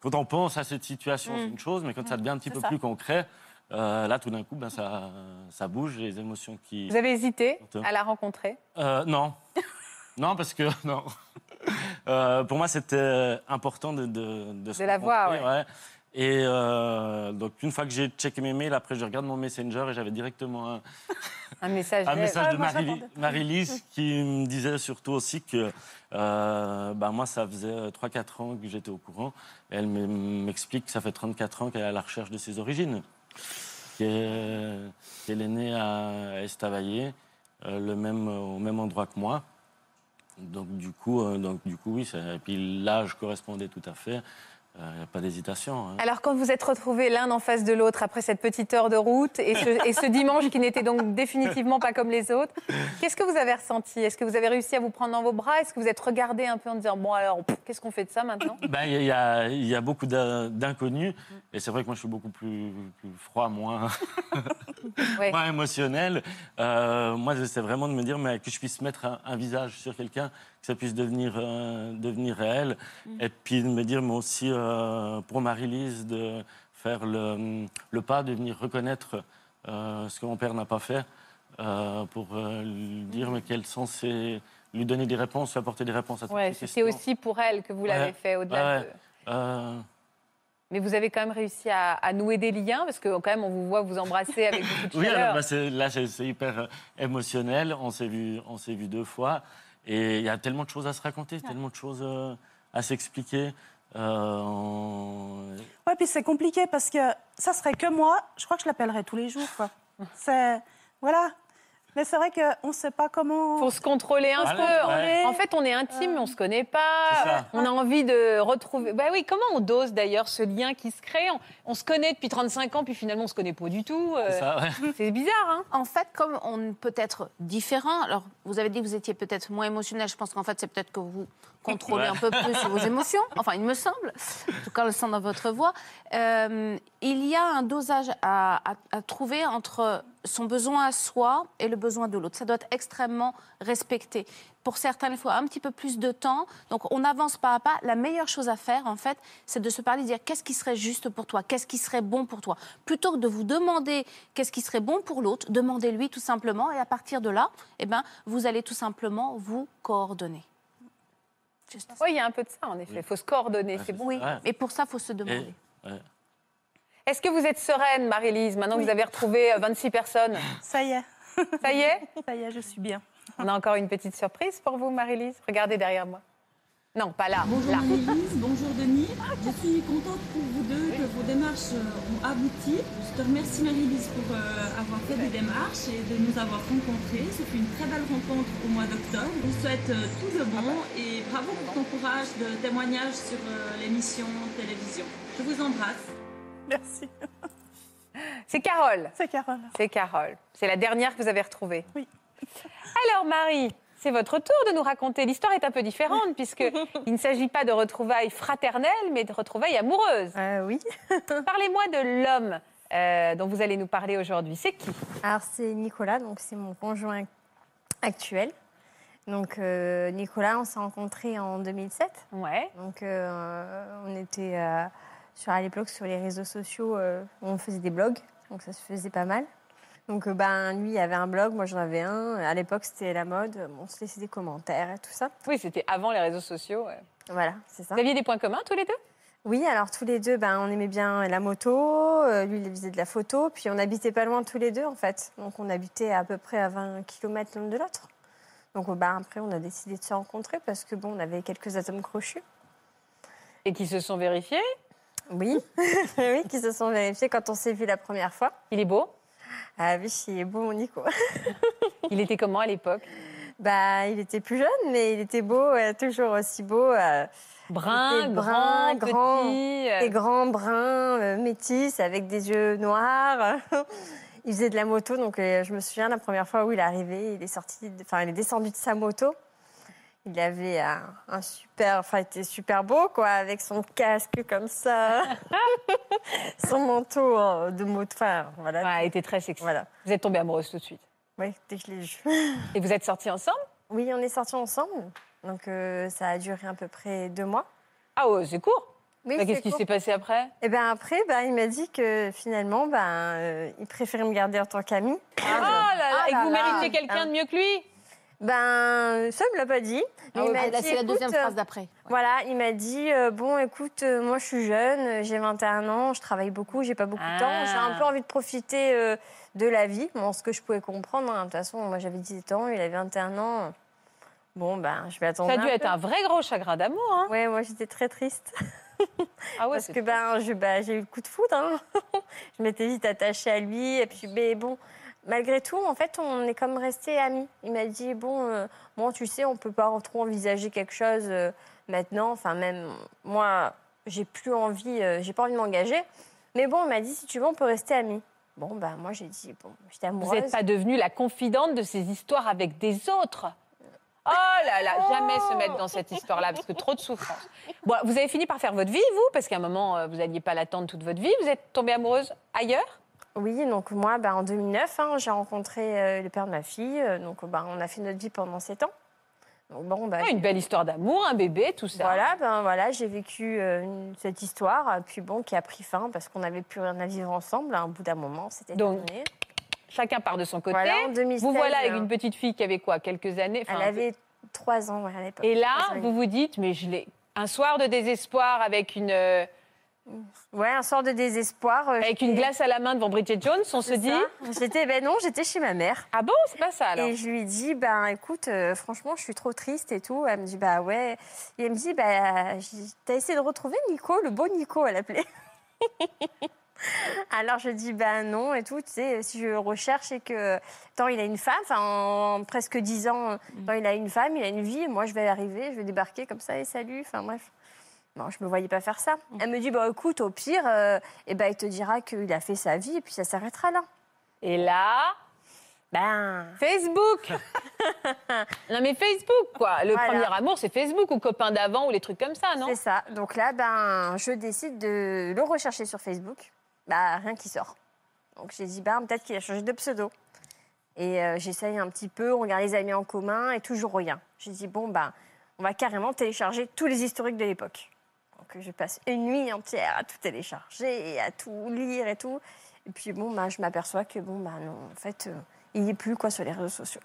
J: Quand on pense à cette situation, c'est
K: Mm.
J: une chose, mais quand ça devient un petit
K: c'est
J: peu
K: ça.
J: plus concret, euh, là, tout d'un coup, ben, ça, ça bouge, les émotions qui.
C: Vous avez hésité à la rencontrer
J: Euh, non. non, parce que. (laughs) Non. Euh, pour moi, c'était important de, de, de,
C: De la voir,
J: rencontrer, ouais. Et euh, donc, une fois que j'ai checké mes mails, après, je regarde mon Messenger et j'avais directement un,
C: Un message, Ah,
J: un
C: d'elle.
J: message de Marie-
C: (laughs)
J: Marie-Lise qui me disait surtout aussi que euh, bah, moi, ça faisait 3-4 ans que j'étais au courant. Et elle m- m'explique que ça fait 34 ans qu'elle est à la recherche de ses origines. Qu'elle qu'elle est née à Estavayer, euh, le même, au même endroit que moi. Donc du coup, euh, donc, du coup oui. ça- Et puis l'âge correspondait tout à fait. Il n'y a pas d'hésitation. hein.
C: Alors, quand vous êtes retrouvés l'un en face de l'autre après cette petite heure de route et ce, et ce dimanche qui n'était donc définitivement pas comme les autres, qu'est-ce que vous avez ressenti Est-ce que vous avez réussi à vous prendre dans vos bras Est-ce que vous êtes regardé un peu en disant Bon, alors, pff, qu'est-ce qu'on fait de ça maintenant
J: Ben, Il y, a- il y a- il y a beaucoup d'in- d'inconnus. Et c'est vrai que moi, je suis beaucoup plus, plus froid, moins,
C: (laughs) Ouais.
J: moins émotionnel. Euh, moi, j'essaie vraiment de me dire mais que je puisse mettre un, un visage sur quelqu'un, que ça puisse devenir, euh, devenir réel.
K: Mm.
J: Et puis de me dire, moi aussi, euh, pour Marie-Lise, de faire le, le pas, de venir reconnaître euh, ce que mon père n'a pas fait, euh, pour euh, lui dire mais quel sens c'est, lui donner des réponses, lui apporter des réponses à toutes
C: Ouais,
J: ces
C: C'était
J: questions.
C: aussi pour elle que vous l'avez
J: Ouais,
C: fait
J: ouais,
C: au-delà de.
J: euh,
C: Mais vous avez quand même réussi à, à nouer des liens parce que, quand même, on vous voit vous embrasser avec beaucoup
J: (laughs)
C: de
J: Oui,
C: chaleur.
J: alors, bah, c'est- là, c'est c'est hyper euh, émotionnel. On s'est vu, on s'est vu deux fois, et il y a tellement de choses à se raconter, tellement de choses euh, à s'expliquer. Euh, on-
F: Ouais, puis c'est compliqué parce que ça serait que moi, je crois que je l'appellerais tous les jours, quoi. C'est. Voilà. Mais c'est vrai qu'on
I: Ah,
F: ne sait pas comment.
C: Faut se contrôler un
F: Voilà,
C: peu.
F: ouais.
C: En fait, on est intime, on se connaît pas.
F: C'est ça.
C: On a envie de retrouver. Bah oui, comment on dose d'ailleurs ce lien qui se crée on, on se connaît depuis 35 ans, puis finalement, on se connaît pas du tout. euh,
J: C'est ça,
C: (laughs) C'est bizarre, hein
I: En fait, comme on peut être différent, alors vous avez dit que vous étiez peut-être moins émotionnel, je pense qu'en fait, c'est peut-être que vous contrôlez
C: Ouais.
I: un peu plus vos émotions, enfin, il me semble, en tout cas, on le sent dans votre voix. Euh, il y a un dosage à, à- à trouver entre son besoin à soi et le besoin de l'autre. Ça doit être extrêmement respecté. Pour certains, il faut un petit peu plus de temps. Donc, on avance pas à pas. La meilleure chose à faire, en fait, c'est de se parler, de dire qu'est-ce qui serait juste pour toi, qu'est-ce qui serait bon pour toi. Plutôt que de vous demander qu'est-ce qui serait bon pour l'autre, demandez-lui tout simplement. Et à partir de là, eh ben, vous allez tout simplement vous coordonner.
C: Oui, il y a un peu de ça, en effet. Il faut se coordonner, c'est Ah. bon.
I: Oui,
C: Ouais.
I: mais pour ça, il faut se demander.
J: ouais.
C: Est-ce que vous êtes sereine, Marie-Lise, maintenant que vous avez retrouvé euh, 26 personnes
F: Ça y est.
C: (laughs) Ça y est
F: Ça y est, je suis bien.
C: On a encore une petite surprise pour vous, Marie-Lise. Regardez derrière moi. Non, pas là.
L: Bonjour
F: (laughs)
C: là.
L: Marie-Lise, bonjour Denis. Je suis contente pour vous deux que vos démarches euh, ont abouti. Je te remercie Marie-Lise pour euh, avoir fait des démarches et de nous avoir rencontrés. C'était une très belle rencontre au mois d'octobre. Je vous souhaite euh, tout le bon et bravo pour ton courage de témoignage sur euh, l'émission télévision. Je vous embrasse.
F: Merci.
C: C'est Carole.
F: C'est Carole.
C: C'est Carole. C'est la dernière que vous avez retrouvée. Oui. Alors Marie, c'est votre tour de nous raconter. L'histoire est un peu différente puisque il ne s'agit pas de retrouvailles fraternelles, mais de retrouvailles amoureuses.
D: oui.
C: Parlez-moi de l'homme euh, dont vous allez nous parler aujourd'hui. C'est qui
D: Alors c'est Nicolas, donc c'est mon conjoint actuel. Donc euh, Nicolas, on s'est rencontrés en 2007.
C: Ouais.
D: Donc euh, on était euh, sur à l'époque sur les réseaux sociaux, euh, on faisait des blogs, donc ça se faisait pas mal. Donc euh, ben lui il avait un blog, moi j'en avais un. À l'époque c'était la mode, on se laissait des commentaires et tout ça.
C: Oui, c'était avant les réseaux sociaux. ouais.
D: Voilà, c'est ça.
C: Vous aviez des points communs tous les deux
D: Oui, alors tous les deux, ben, on aimait bien la moto, euh, lui il faisait de la photo, puis on habitait pas loin tous les deux en fait. Donc on habitait à peu près à 20 km l'un de l'autre. Donc euh, ben, après on a décidé de se rencontrer parce que bon, on avait quelques atomes crochus.
C: et qui se sont vérifiés
D: Oui, (laughs) oui, qui se sont vérifiés quand on s'est vu la première fois.
C: Il est beau
D: Ah oui, il est beau, mon Nico.
C: (laughs) Il était comment à l'époque
D: Bah, il était plus jeune, mais il était beau, euh, toujours aussi beau. euh,
C: Brun,
D: il était brun,
C: grand,
D: grand,
C: petit, euh.
D: des grands bruns, euh, métis, avec des yeux noirs. (laughs) il faisait de la moto, donc euh, je me souviens la première fois où il est arrivé, il est sorti, de- enfin, il est descendu de sa moto. Il avait un, un super, enfin, il était super beau, quoi, avec son casque comme
C: (laughs)
D: ça, son manteau euh, de moto, enfin, voilà.
C: Ouais, il était très sexy.
D: Voilà.
C: Vous êtes tombée amoureuse tout de suite.
D: Oui, dès que je l'ai vu.
C: Et vous êtes sortis ensemble
D: Oui, on est sortis ensemble. Donc euh, ça a duré à peu près deux mois.
C: Ah ouais, c'est court.
D: Oui,
C: Bah, Qu'est-ce
D: c'est
C: qui
D: court.
C: s'est passé après
D: Et ben après, ben, il m'a dit que finalement, ben, euh, il préférait me garder en tant qu'ami.
C: Ah là là,
I: Ah
C: et que
I: là
C: vous
I: là.
C: méritez quelqu'un de mieux que lui
D: Ben, ça, il me l'a pas dit.
I: Ah
D: Mais il
I: ouais,
D: m'a
I: là,
D: dit,
I: c'est la deuxième
D: écoute, euh,
I: phrase d'après.
D: Voilà, il m'a dit euh, Bon, écoute, euh, moi je suis jeune, euh, j'ai 21 ans, je travaille beaucoup, j'ai pas beaucoup de temps, j'ai
C: Ah.
D: un peu envie de profiter euh, de la vie. Bon, ce que je pouvais comprendre, hein. de toute façon, moi j'avais 18 ans, il avait 21 ans. Bon, ben, je m'attendais.
C: Ça a dû
D: un
C: être
D: peu.
C: un vrai gros chagrin d'amour. Hein.
D: Ouais, moi j'étais très triste.
C: Ah ouais,
D: Parce
C: c'est
D: que ben, je- ben, j'ai eu le coup de foudre. hein. (laughs) je m'étais vite attachée à lui. Et puis, mais bon, malgré tout, en fait, on est comme restés amis. Il m'a dit Bon, euh, bon, tu sais, on peut pas en- trop envisager quelque chose euh, maintenant. Enfin, même moi, j'ai plus envie, euh, j'ai pas envie de m'engager. Mais bon, il m'a dit Si tu veux, on peut rester amis. Bon, ben, moi, j'ai dit Bon, j'étais
C: Vous
D: amoureuse.
C: n'êtes pas devenue la confidente de ces histoires avec des autres. Oh là là, jamais se mettre
D: Oh.
C: dans cette histoire-là, parce que trop de souffrance. Bon, vous avez fini par faire votre vie, vous, parce qu'à un moment, euh, vous n'alliez pas l'attendre toute votre vie. Vous êtes tombée amoureuse ailleurs
D: Oui, donc moi, ben, en 2009, hein, j'ai rencontré euh, le père de ma fille. euh, donc, ben, on a fait notre vie pendant 7 ans. Donc, bon, ben,
C: Ah, Une belle histoire d'amour, un bébé, tout ça.
D: Voilà, ben voilà, j'ai vécu euh, une- cette histoire, euh, puis bon, qui a pris fin parce qu'on n'avait plus rien à vivre ensemble. À un bout d'un moment, c'était
C: Donc,
D: terminé.
C: Chacun part de son côté.
D: Voilà, en 2016,
C: vous voilà avec
D: hein.
C: une petite fille qui avait quoi Quelques années enfin,
D: Elle avait trois ans ouais, à l'époque.
C: Et là,
D: Trois ans et
C: vous vous dites, mais je l'ai. Un soir de désespoir avec une, euh,
D: demi. Ouais, un sort de désespoir. euh,
C: avec une
D: j'étais-
C: glace à la main devant Bridget Jones, on se
D: c'est
C: dit.
D: ça.
C: (laughs)
D: J'étais, ben non, j'étais chez ma mère.
C: Ah bon, c'est pas ça alors
D: Et je lui dis, ben écoute, euh, franchement, je suis trop triste et tout. Elle me dit, bah ouais. Et elle me dit, bah, j- t'as essayé de retrouver Nico, le beau Nico, elle appelait. (laughs) Alors je dis, bah non et tout. Tu sais, si je recherche et que. Tant il a une femme, enfin, en presque 10 ans,
C: Mm.
D: tant il a une femme, il a une vie, moi je vais arriver, je vais débarquer comme ça et salut. Enfin bref. Non, je me voyais pas faire ça.
C: Mm.
D: Elle me dit, bah écoute, au pire, et ben, il te dira qu'il a fait sa vie et puis ça s'arrêtera là.
C: Et là,
D: Ben.
C: Facebook (laughs) Non mais Facebook quoi Le
D: Voilà.
C: premier amour c'est Facebook ou copain d'avant ou les trucs comme ça, non
D: C'est ça. Donc là, ben, je décide de le rechercher sur Facebook. Bah, rien qui sort. Donc j'ai dit, ben, peut-être qu'il a changé de pseudo. Et euh, j'essaye un petit peu, on regarde les amis en commun et toujours rien. J'ai dit, bon, ben, on va carrément télécharger tous les historiques de l'époque. Donc je passe une nuit entière à tout télécharger et à tout lire et tout. Et puis bon, ben, je m'aperçois que, bon, ben, non, en fait, euh, il n'y est plus quoi sur les réseaux sociaux.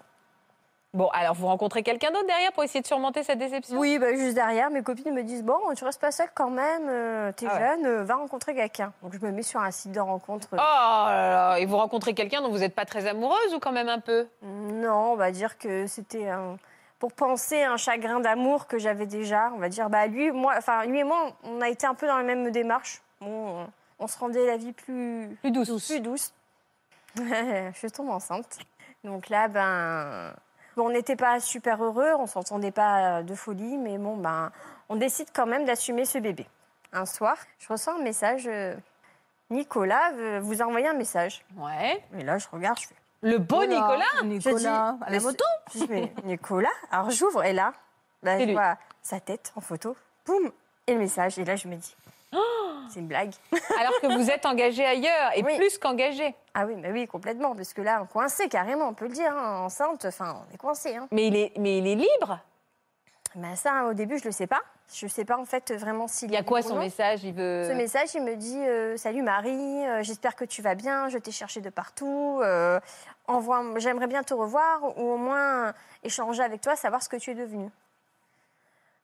C: Bon alors vous rencontrez quelqu'un d'autre derrière pour essayer de surmonter cette déception
D: Oui, bah, juste derrière, mes copines me disent Bon, tu restes pas seule quand même, euh, t'es
C: Ah ouais.
D: jeune, euh, va rencontrer quelqu'un. Donc je me mets sur un site de rencontre.
C: Oh là là, et vous rencontrez quelqu'un dont vous n'êtes pas très amoureuse ou quand même hein un peu
D: Non, on va dire que c'était un- pour penser à un chagrin d'amour que j'avais déjà. On va dire Bah lui, moi, enfin, lui et moi, on a été un peu dans la même démarche. Bon, on, on se rendait la vie plus,
C: Plus douce.
D: Plus douce. (laughs) je tombe enceinte. Donc là, ben. Bon, on n'était pas super heureux, on s'entendait pas euh, de folie, mais bon, ben, on décide quand même d'assumer ce bébé. Un soir, je reçois un message. euh, Nicolas veut vous envoyer un message.
C: Ouais.
D: Et là, je regarde, je fais.
C: Le beau Nicolas
G: Nicolas, à la
D: mais
G: moto
D: c'est- je
C: (laughs)
D: fais, Nicolas Alors j'ouvre et là, bah,
C: C'est
D: je
C: lui.
D: vois sa tête en photo. Boum Et le message. Et là, je me dis. C'est une blague.
C: (laughs) Alors que vous êtes engagé ailleurs et
D: Oui.
C: plus qu'engagé.
D: Ah oui, mais oui, complètement. Parce que là, on est coincé carrément, on peut le dire. hein, enceinte, enfin, on est coincé. Hein.
C: Mais il est, mais il est libre
D: Mais ça, au début, je le sais pas. Je sais pas en fait vraiment s'il
C: Il y a
D: est
C: quoi
D: libre ou
C: son
D: non.
C: message Il veut...
D: Ce message, il me dit euh, Salut Marie, euh, j'espère que tu vas bien, je t'ai cherché de partout. euh, envoie, j'aimerais bien te revoir ou au moins échanger avec toi, savoir ce que tu es devenue.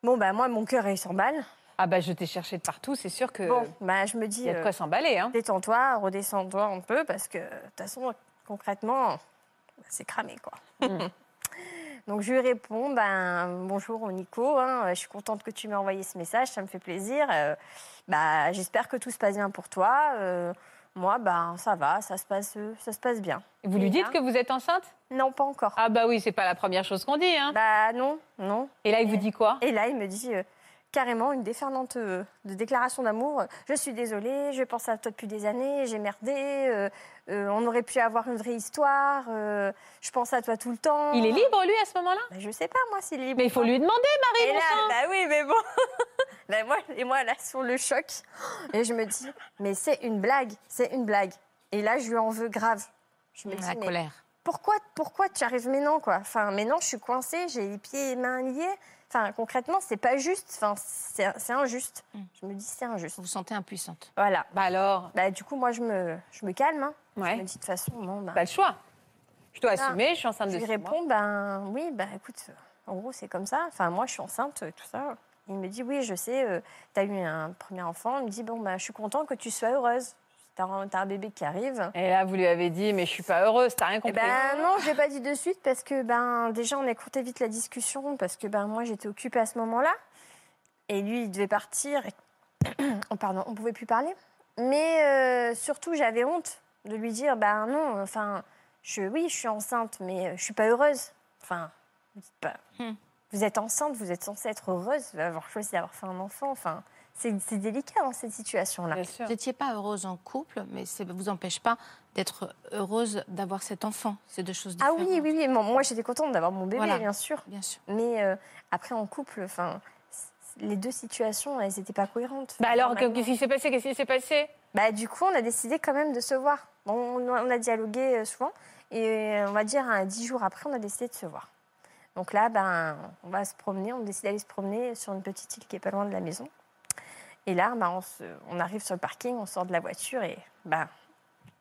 D: Bon, bah, moi, mon cœur, il s'emballe.
C: Ah bah je t'ai cherché de partout, c'est sûr que... Oh,
D: Bon, bah, je me
C: Il y
D: dis
C: a de
D: euh,
C: quoi s'emballer, hein
D: Détends-toi, redescends-toi un
C: Mm.
D: peu, parce que, de toute façon, concrètement, bah, c'est cramé, quoi. (laughs) Donc je lui réponds, ben, bonjour Nico, hein, je suis contente que tu m'aies envoyé ce message, ça me fait plaisir. Euh, bah, J'espère que tout se passe bien pour toi. Euh, moi, ben, ça va, ça se passe, euh, ça se passe bien.
C: Et Vous lui dites que vous êtes enceinte
D: Non, pas encore.
C: Ah bah oui, c'est pas la première chose qu'on dit. Hein.
D: Bah non, non.
C: Et là, il vous dit quoi
D: Et là, il me dit euh, carrément une déferlante euh, de déclaration d'amour. Je suis désolée, je pense à toi depuis des années, j'ai merdé, euh, euh, on aurait pu avoir une vraie histoire, euh, je pense à toi tout le temps.
C: Il est libre, lui, à ce moment-là
D: Bah, Je sais pas, moi, s'il est libre.
C: Mais il faut lui demander, Marie,
D: Et
C: bon
D: là,
C: sang.
D: bah oui, mais bon. (laughs) Bah, moi, et moi, là, sur le choc, et je me dis, mais c'est une blague, c'est une blague. Et là, je lui en veux grave. Je me dis,
I: La
D: mais
I: colère.
D: pourquoi, pourquoi tu arrives maintenant, quoi Enfin, maintenant, je suis coincée, j'ai les pieds et mains liés. Enfin, concrètement, c'est pas juste. Enfin, c'est c'est injuste.
C: Mm.
D: Je me dis, c'est injuste.
I: Vous vous sentez impuissante.
D: Voilà.
C: Bah alors,
D: Bah, du coup, moi, je me, je me calme. hein.
C: Ouais.
D: Je me dis, de toute façon, bon, bah,
C: pas le choix. Je dois
D: Ah.
C: assumer, je suis enceinte
D: je
C: de
D: lui
C: six mois.
D: réponds, ben oui, ben écoute, en gros, c'est comme ça. Enfin, moi, je suis enceinte, euh, tout ça. Il me dit, oui, je sais, euh, t'as eu un premier enfant. Il me dit, bon, ben, je suis content que tu sois heureuse. T'as un, t'as un bébé qui arrive.
C: Et là, vous lui avez dit, mais je suis pas heureuse, t'as rien
D: Eh
C: compris.
D: ben non, je l'ai pas dit de suite parce que ben déjà on a courté vite la discussion parce que ben moi j'étais occupée à ce moment-là et lui il devait partir. Et... (clears throat) oh, pardon, on pouvait plus parler. Mais euh, surtout j'avais honte de lui dire ben non, enfin je oui je suis enceinte mais euh, je suis pas heureuse. Enfin vous dites pas.
I: Hmm.
D: Vous êtes enceinte, vous êtes censée être heureuse d'avoir choisi d'avoir fait un enfant. Enfin c'est c'est délicat dans cette situation-là.
C: Bien sûr.
I: Vous n'étiez pas heureuse en couple, mais ça ne vous empêche pas d'être heureuse d'avoir cet enfant. C'est deux choses
D: Ah
I: différentes.
D: oui oui oui, bon, moi j'étais contente d'avoir mon bébé
I: Voilà.
D: bien sûr.
I: Bien sûr.
D: Mais euh, après, en couple, enfin, c- les deux situations, elles n'étaient pas cohérentes.
C: Bah alors,
D: Enfin,
C: qu'est-ce qui s'est passé Qu'est-ce qui s'est passé
D: bah, du coup, on a décidé quand même de se voir. Bon, on, on a dialogué euh, souvent. Et euh, on va dire, un dix jours après, on a décidé de se voir. Donc là, ben, on va se promener. On décide d'aller se promener sur une petite île qui est pas loin de la maison. Et là, ben, on, se- on arrive sur le parking, on sort de la voiture et ben,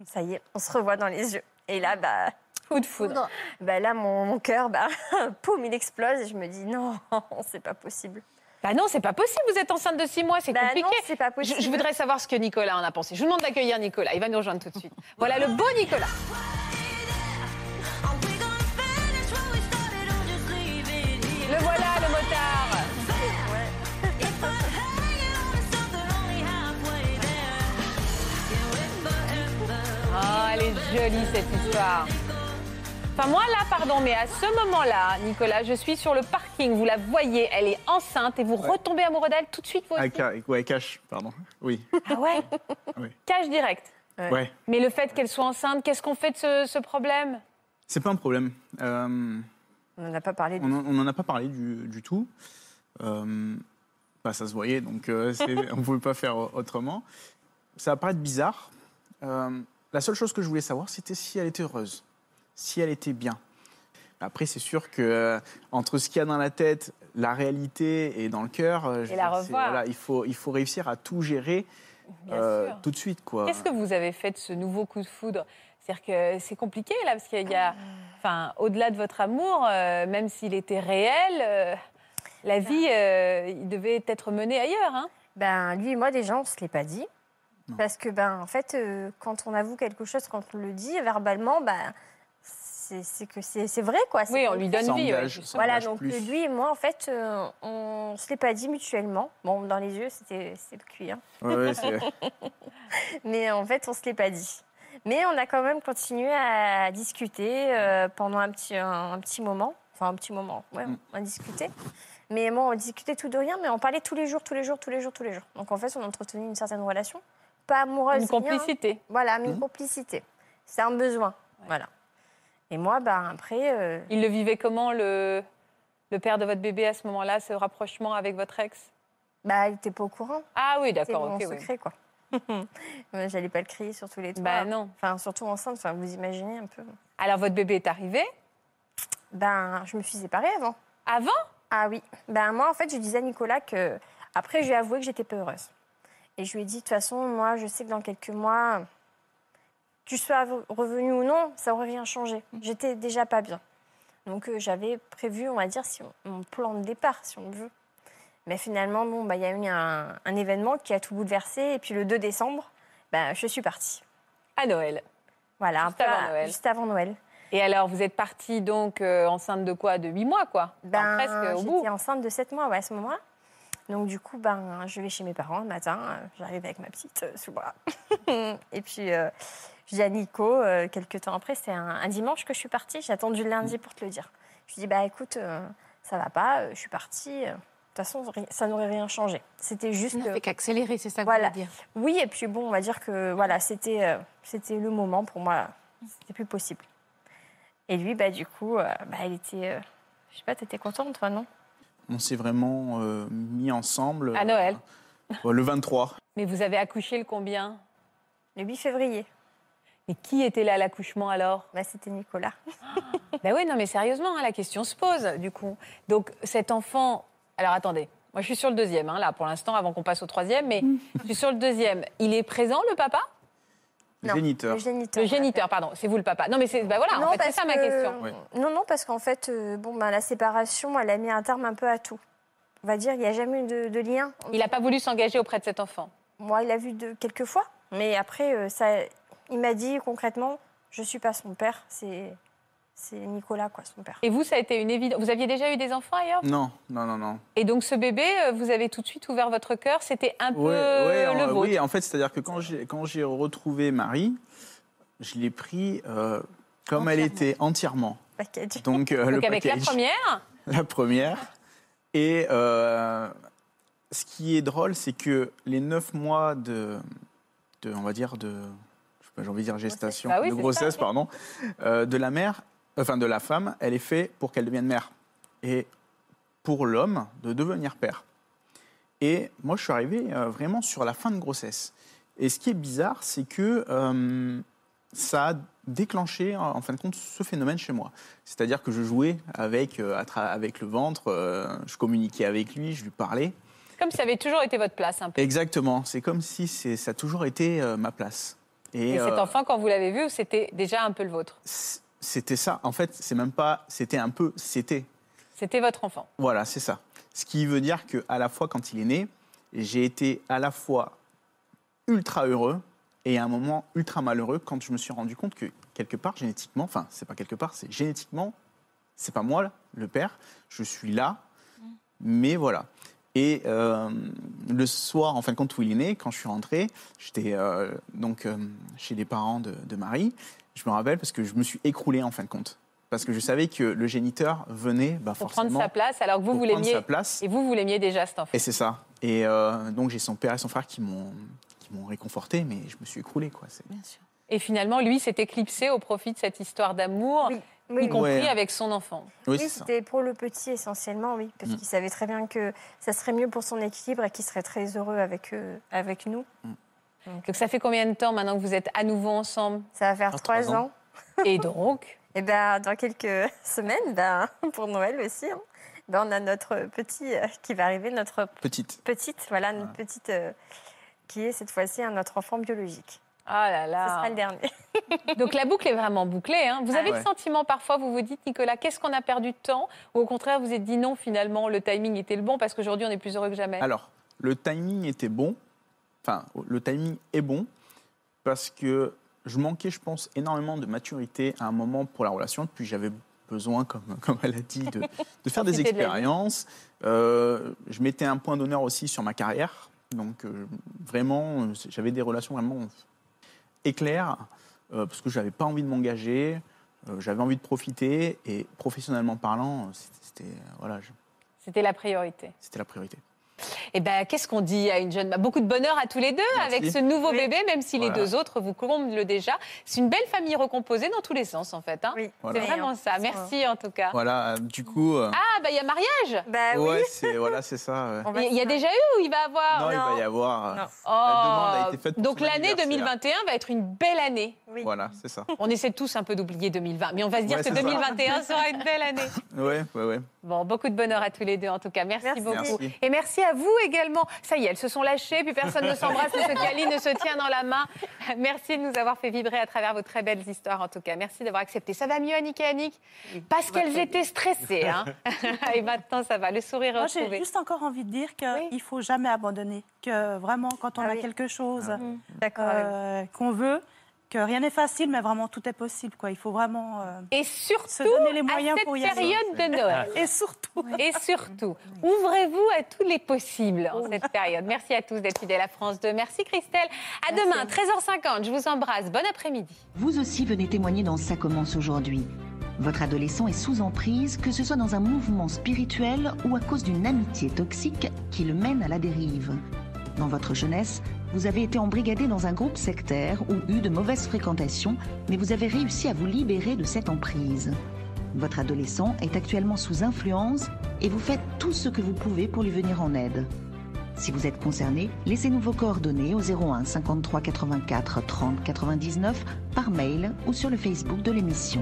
D: ça y est, on se revoit dans les yeux. Et là, bah,
C: Coup de foudre.
D: bah, là mon, mon cœur, bah, (laughs) poum, il explose. Et je me dis, non, (laughs) c'est pas possible.
C: Bah non, c'est pas possible, vous êtes enceinte de six mois, c'est
D: Bah
C: compliqué.
D: non, c'est pas
C: Je,
D: possible.
C: je voudrais savoir ce que Nicolas en a pensé. Je vous demande d'accueillir Nicolas, il va nous rejoindre tout
D: (laughs)
C: de suite. Voilà le beau Nicolas. Le voilà, le motard. Ah, elle est jolie cette histoire. Enfin, moi là, pardon, mais à ce moment-là, Nicolas, je suis sur le parking, vous la voyez, elle est enceinte et vous retombez amoureux d'elle tout de suite, vous
E: Ah,
C: aussi.
E: ca- ouais, cash, pardon. Oui.
C: Ah
D: (laughs)
C: ouais
E: Oui.
C: Cash direct.
E: Ouais.
C: Mais le fait qu'elle soit enceinte, qu'est-ce qu'on fait de ce, ce problème
E: C'est pas un problème. Euh,
D: On n'en a pas parlé.
E: on n'en on en a pas parlé du, du tout. Euh, bah, ça se voyait, donc euh, c'est- on ne pouvait pas faire autrement. Ça va paraître bizarre. Euh, la seule chose que je voulais savoir, c'était si elle était heureuse, si elle était bien. Après, c'est sûr que euh, entre ce qu'il y a dans la tête, la réalité et dans le cœur, euh, je veux dire,
C: la
E: c'est-
C: revoir.
E: voilà, il, faut, il faut réussir à tout gérer
C: Bien
E: euh,
C: sûr.
E: tout de suite. Quoi.
C: Qu'est-ce que vous avez fait de ce nouveau coup de foudre C'est-à-dire que c'est compliqué là, parce qu'il y
D: Ah.
C: a, enfin, au-delà de votre amour, euh, même s'il était réel, euh, la vie, euh, il devait être menée ailleurs. hein.
D: Ben, lui et moi, déjà, on ne se l'est pas dit.
E: Non.
D: Parce que, ben, en fait, euh, quand on avoue quelque chose, quand on le dit verbalement, ben, c'est c'est que c'est c'est vrai, quoi. C'est
C: Oui, on
D: concret.
C: lui donne
E: Ça
C: vie.
E: engage,
C: ouais.
E: ça
D: Voilà,
E: engage
D: donc
E: plus.
D: lui et moi, en fait, euh, on ne se l'est pas dit mutuellement. Bon, dans les yeux, c'était c'est cuit. hein.
E: Ouais, ouais, c'est-
D: (laughs) Mais en fait, on ne se l'est pas dit. Mais on a quand même continué à discuter euh, pendant un petit, un, un petit moment. Enfin, un petit moment, ouais,
E: Mm.
D: on a discuté. Mais bon, on discutait tout de rien, mais on parlait tous les jours, tous les jours, tous les jours, tous les jours. Donc en fait, on entretenait une certaine relation. Pas amoureuse.
C: Une
D: rien.
C: complicité.
D: Voilà, mais une
E: Mhm.
D: complicité. C'est un besoin. Voilà. Et moi, bah, après, euh,
C: Il le vivait comment le, le père de votre bébé à ce moment-là, ce rapprochement avec votre ex
D: bah, il n'était pas au courant.
C: Ah oui,
D: C'était
C: d'accord,
D: mon
C: ok. oui.
D: secret,
C: (laughs)
D: quoi. Moi, J'allais pas le crier sur tous les toits.
C: Bah non.
D: Enfin, surtout enceinte, enfin, vous imaginez un peu.
C: Alors votre bébé est arrivé
D: Ben, je me suis séparée avant.
C: avant
D: Ah oui. Ben moi, en fait, je disais à Nicolas que après, je lui ai avoué que j'étais pas heureuse. Et je lui ai dit, de toute façon, moi, je sais que dans quelques mois, tu sois revenu ou non, ça aurait rien changé. J'étais déjà pas bien. Donc euh, j'avais prévu, on va dire, si on- mon plan de départ, si on veut. Mais finalement, bon, bah, il y a eu un, un événement qui a tout bouleversé. Et puis le 2 décembre, ben, je suis partie.
C: à Noël.
D: Voilà,
C: Juste avant Noël.
D: Juste avant Noël.
C: Et alors, vous êtes partie donc euh, enceinte de quoi De 8 mois, quoi
D: Ben,
C: Enfin, Presque au bout.
D: j'étais enceinte de 7 mois ouais, à ce moment-là. Donc du coup, ben, je vais chez mes parents le matin, euh, j'arrive avec ma petite euh, sous le bras. (laughs) et puis, euh, je dis à Nico, euh, quelques temps après, c'est un, un dimanche que je suis partie, j'ai attendu le lundi pour te le dire. Je lui dis, bah écoute, euh, ça va pas, euh, je suis partie, euh, de toute façon, ri- ça n'aurait rien changé. C'était
I: Tu
D: juste...
I: n'as
D: euh,
I: fait qu'accélérer, c'est ça que
D: Voilà.
I: vous voulez dire.
D: oui, et puis bon, on va dire que voilà, c'était euh, c'était le moment pour moi, c'était plus possible. Et lui, bah du coup, euh, bah, il était... euh, je sais pas, t'étais contente, toi, non
E: On s'est vraiment euh, mis ensemble.
D: Ah
C: À Noël.
E: Euh, le 23.
C: Mais vous avez accouché le combien
D: Le 8 février.
C: Mais qui était là à l'accouchement alors
D: Bah, c'était Nicolas.
C: Ben oui, non, mais sérieusement, hein, la question se pose, du coup. Donc, cet enfant. Alors, attendez. Moi, je suis sur le deuxième, hein, là, pour l'instant, avant qu'on passe au troisième, mais
D: Mm.
C: je suis sur le deuxième. Il est présent, le papa
E: Le
D: Non,
E: géniteur.
D: Le géniteur.
C: Le géniteur, pardon. C'est vous, le papa. Non, mais c'est ben voilà, en fait, c'est
D: parce
C: ça ma
D: que-
C: question.
E: Ouais.
D: Non, non, parce qu'en fait, euh, bon, ben, la séparation, elle a mis un terme un peu à tout. On va dire, il n'y a jamais eu de, de lien.
C: Il n'a pas voulu s'engager auprès de cet enfant.
D: Moi, il l'a vu de, quelques fois, mais après, euh, ça, il m'a dit concrètement, je suis pas son père, c'est c'est Nicolas, quoi, son père.
C: Et vous, ça a été une évidence. Vous aviez déjà eu des enfants ailleurs
E: Non, non, non, non.
C: Et donc, ce bébé, euh, vous avez tout de suite ouvert votre cœur. C'était un peu
E: Ouais, ouais,
C: le
E: en-
C: vôtre.
E: oui, en fait, c'est-à-dire que quand j'ai quand j'ai retrouvé Marie, je l'ai pris euh, comme elle était entièrement.
D: Package.
E: Donc, euh,
C: donc,
E: le
C: avec la
E: package.
C: première,
E: (laughs) la première. Et euh, ce qui est drôle, c'est que les neuf mois de, de, on va dire, de, je sais pas, j'ai envie de dire gestation,
C: Bah oui,
E: de
C: c'est
E: grossesse,
C: ça.
E: pardon, euh, de la mère, enfin de la femme, elle est faite pour qu'elle devienne mère. Et pour l'homme, de devenir père. Et moi, je suis arrivé euh, vraiment sur la fin de grossesse. Et ce qui est bizarre, c'est que euh, ça a déclenché, en en fin de compte, ce phénomène chez moi. C'est-à-dire que je jouais avec, euh, à tra- avec le ventre, euh, je communiquais avec lui, je lui parlais.
C: comme ça avait toujours été votre place, un peu.
E: Exactement, c'est comme si c'est- ça a toujours été euh, ma place.
C: Et, cet
E: euh,
C: enfant, quand vous l'avez vu, c'était déjà un peu le vôtre.
E: c- c'était ça, en fait, c'est même pas, c'était un peu, c'était.
C: C'était votre enfant.
E: Voilà, c'est ça. Ce qui veut dire que à la fois quand il est né, j'ai été à la fois ultra heureux et à un moment ultra malheureux quand je me suis rendu compte que quelque part génétiquement, enfin c'est pas quelque part, c'est génétiquement, c'est pas moi le père, je suis là, mais voilà. Et euh, le soir, en fin de compte, où il est né, quand je suis rentré, j'étais euh, donc euh, chez les parents de, de Marie. Je me rappelle parce que je me suis écroulé en fin de compte, parce que je savais que le géniteur venait, bah,
C: Pour
E: forcément,
C: prendre sa place, alors que vous,
E: pour
C: vous
E: prendre
C: l'aimiez.
E: sa place.
C: Et vous, vous l'aimiez déjà, cet enfant.
E: Et c'est ça. Et euh, donc j'ai son père et son frère qui m'ont qui m'ont réconforté, mais je me suis écroulé quoi. C'est-
C: Et finalement, lui s'est éclipsé au profit de cette histoire d'amour,
D: Oui,
C: y
D: oui, oui.
C: compris
E: Ouais.
C: avec son enfant.
E: Oui,
D: Oui,
E: c'est ça.
D: c'était pour le petit essentiellement, oui, parce
E: Mm.
D: qu'il savait très bien que ça serait mieux pour son équilibre et qu'il serait très heureux avec, euh, avec nous.
E: Mm.
C: Donc ça fait combien de temps maintenant que vous êtes à nouveau ensemble
D: Ça va faire
E: Ah,
D: trois
E: trois ans.
D: ans.
C: (laughs) Et donc,
D: Et ben, dans quelques (laughs) semaines, ben, pour Noël aussi, hein, ben, on a notre petit euh, qui va arriver, notre
E: Petite.
D: petite, voilà, notre petite euh, qui est cette fois-ci hein, notre enfant biologique.
C: ah là
D: Ce sera
C: là.
D: le dernier. (laughs)
C: Donc la boucle est vraiment bouclée. hein. Vous avez le
E: Ah Ouais.
C: sentiment parfois, vous vous dites, Nicolas, qu'est-ce qu'on a perdu de temps Ou au contraire, vous vous êtes dit non, finalement, le timing était le bon parce qu'aujourd'hui, on est plus heureux que jamais.
E: Alors le timing était bon. Enfin, le timing est bon parce que je manquais, je pense, énormément de maturité à un moment pour la relation. Puis j'avais besoin, comme, (laughs) comme elle a dit, de, de faire des
C: Profiter de la vie.
E: expériences. Euh, je mettais un point d'honneur aussi sur ma carrière. Donc euh, vraiment, euh, j'avais des relations vraiment éclairs euh, parce que je n'avais pas envie de m'engager. euh, j'avais envie de profiter et professionnellement parlant, euh, c'était- c'était voilà, je-
C: C'était la priorité.
E: c'était la priorité.
C: Eh ben, qu'est-ce qu'on dit à une jeune bah, Beaucoup de bonheur à tous les deux
E: Merci.
C: avec ce nouveau
D: Oui.
C: bébé, même si les
E: Voilà.
C: deux autres vous comblent déjà. C'est une belle famille recomposée dans tous les sens, en fait. hein.
D: Oui,
E: Voilà.
C: C'est vraiment ça. Merci en tout cas.
E: Voilà, euh, du coup, euh,
C: Ah, bah il y a mariage
D: Bah oui.
E: ouais, c'est voilà, c'est ça. ouais.
D: on va
C: Il y a
D: se-
C: déjà eu ou il va avoir
E: non, il va y
D: non.
E: avoir. euh,
D: Non. Oh,
E: La demande a été faite pour
C: Oh. Donc
E: son
C: l'année
E: anniversaire.
C: 2021 va être une belle année.
D: Oui.
E: Voilà, c'est ça.
C: On essaie tous un peu d'oublier 2020, mais on va se dire
E: Ouais,
C: que
E: c'est ça.
C: 2021 sera une belle
E: (laughs)
C: année.
E: Ouais, ouais, ouais.
C: Bon, beaucoup de bonheur à tous les deux en tout cas. Merci,
D: Merci.
C: beaucoup.
E: Merci.
C: Et merci à vous également. Ça y est, elles se sont lâchées, puis personne ne s'embrasse, ne se câline, ne se tient dans la main. Merci de nous avoir fait vibrer à travers vos très belles histoires en tout cas. Merci d'avoir accepté. Ça va mieux Annick et Annick Parce qu'elles étaient stressées. hein. et maintenant ça va, le sourire
F: Moi, j'ai
C: retrouvé.
F: juste encore envie de dire qu'il
C: Oui.
F: ne faut jamais abandonner, que vraiment, quand on
D: Ah
F: a
D: oui.
C: Mm. ah
F: quelque chose
D: D'accord.
F: euh, qu'on veut, que rien n'est facile, mais vraiment tout est possible. Quoi. Il faut vraiment euh,
C: Et surtout,
F: se donner les
C: à
F: moyens
C: cette
F: pour y aller.
C: période de
A: Ah.
C: Noël.
F: Et surtout,
C: Et surtout, ouvrez-vous à tous les possibles en cette période. Merci à tous d'être fidèles à France 2. Merci Christelle. À demain, 13h50. Je vous embrasse. Bon après-midi.
K: Vous aussi venez témoigner dans Ça commence aujourd'hui. Votre adolescent est sous emprise, que ce soit dans un mouvement spirituel ou à cause d'une amitié toxique qui le mène à la dérive. Dans votre jeunesse, vous avez été embrigadé dans un groupe sectaire ou eu de mauvaises fréquentations, mais vous avez réussi à vous libérer de cette emprise. Votre adolescent est actuellement sous influence et vous faites tout ce que vous pouvez pour lui venir en aide. Si vous êtes concerné, laissez-nous vos coordonnées au 01 53 84 30 99 par mail ou sur le Facebook de l'émission.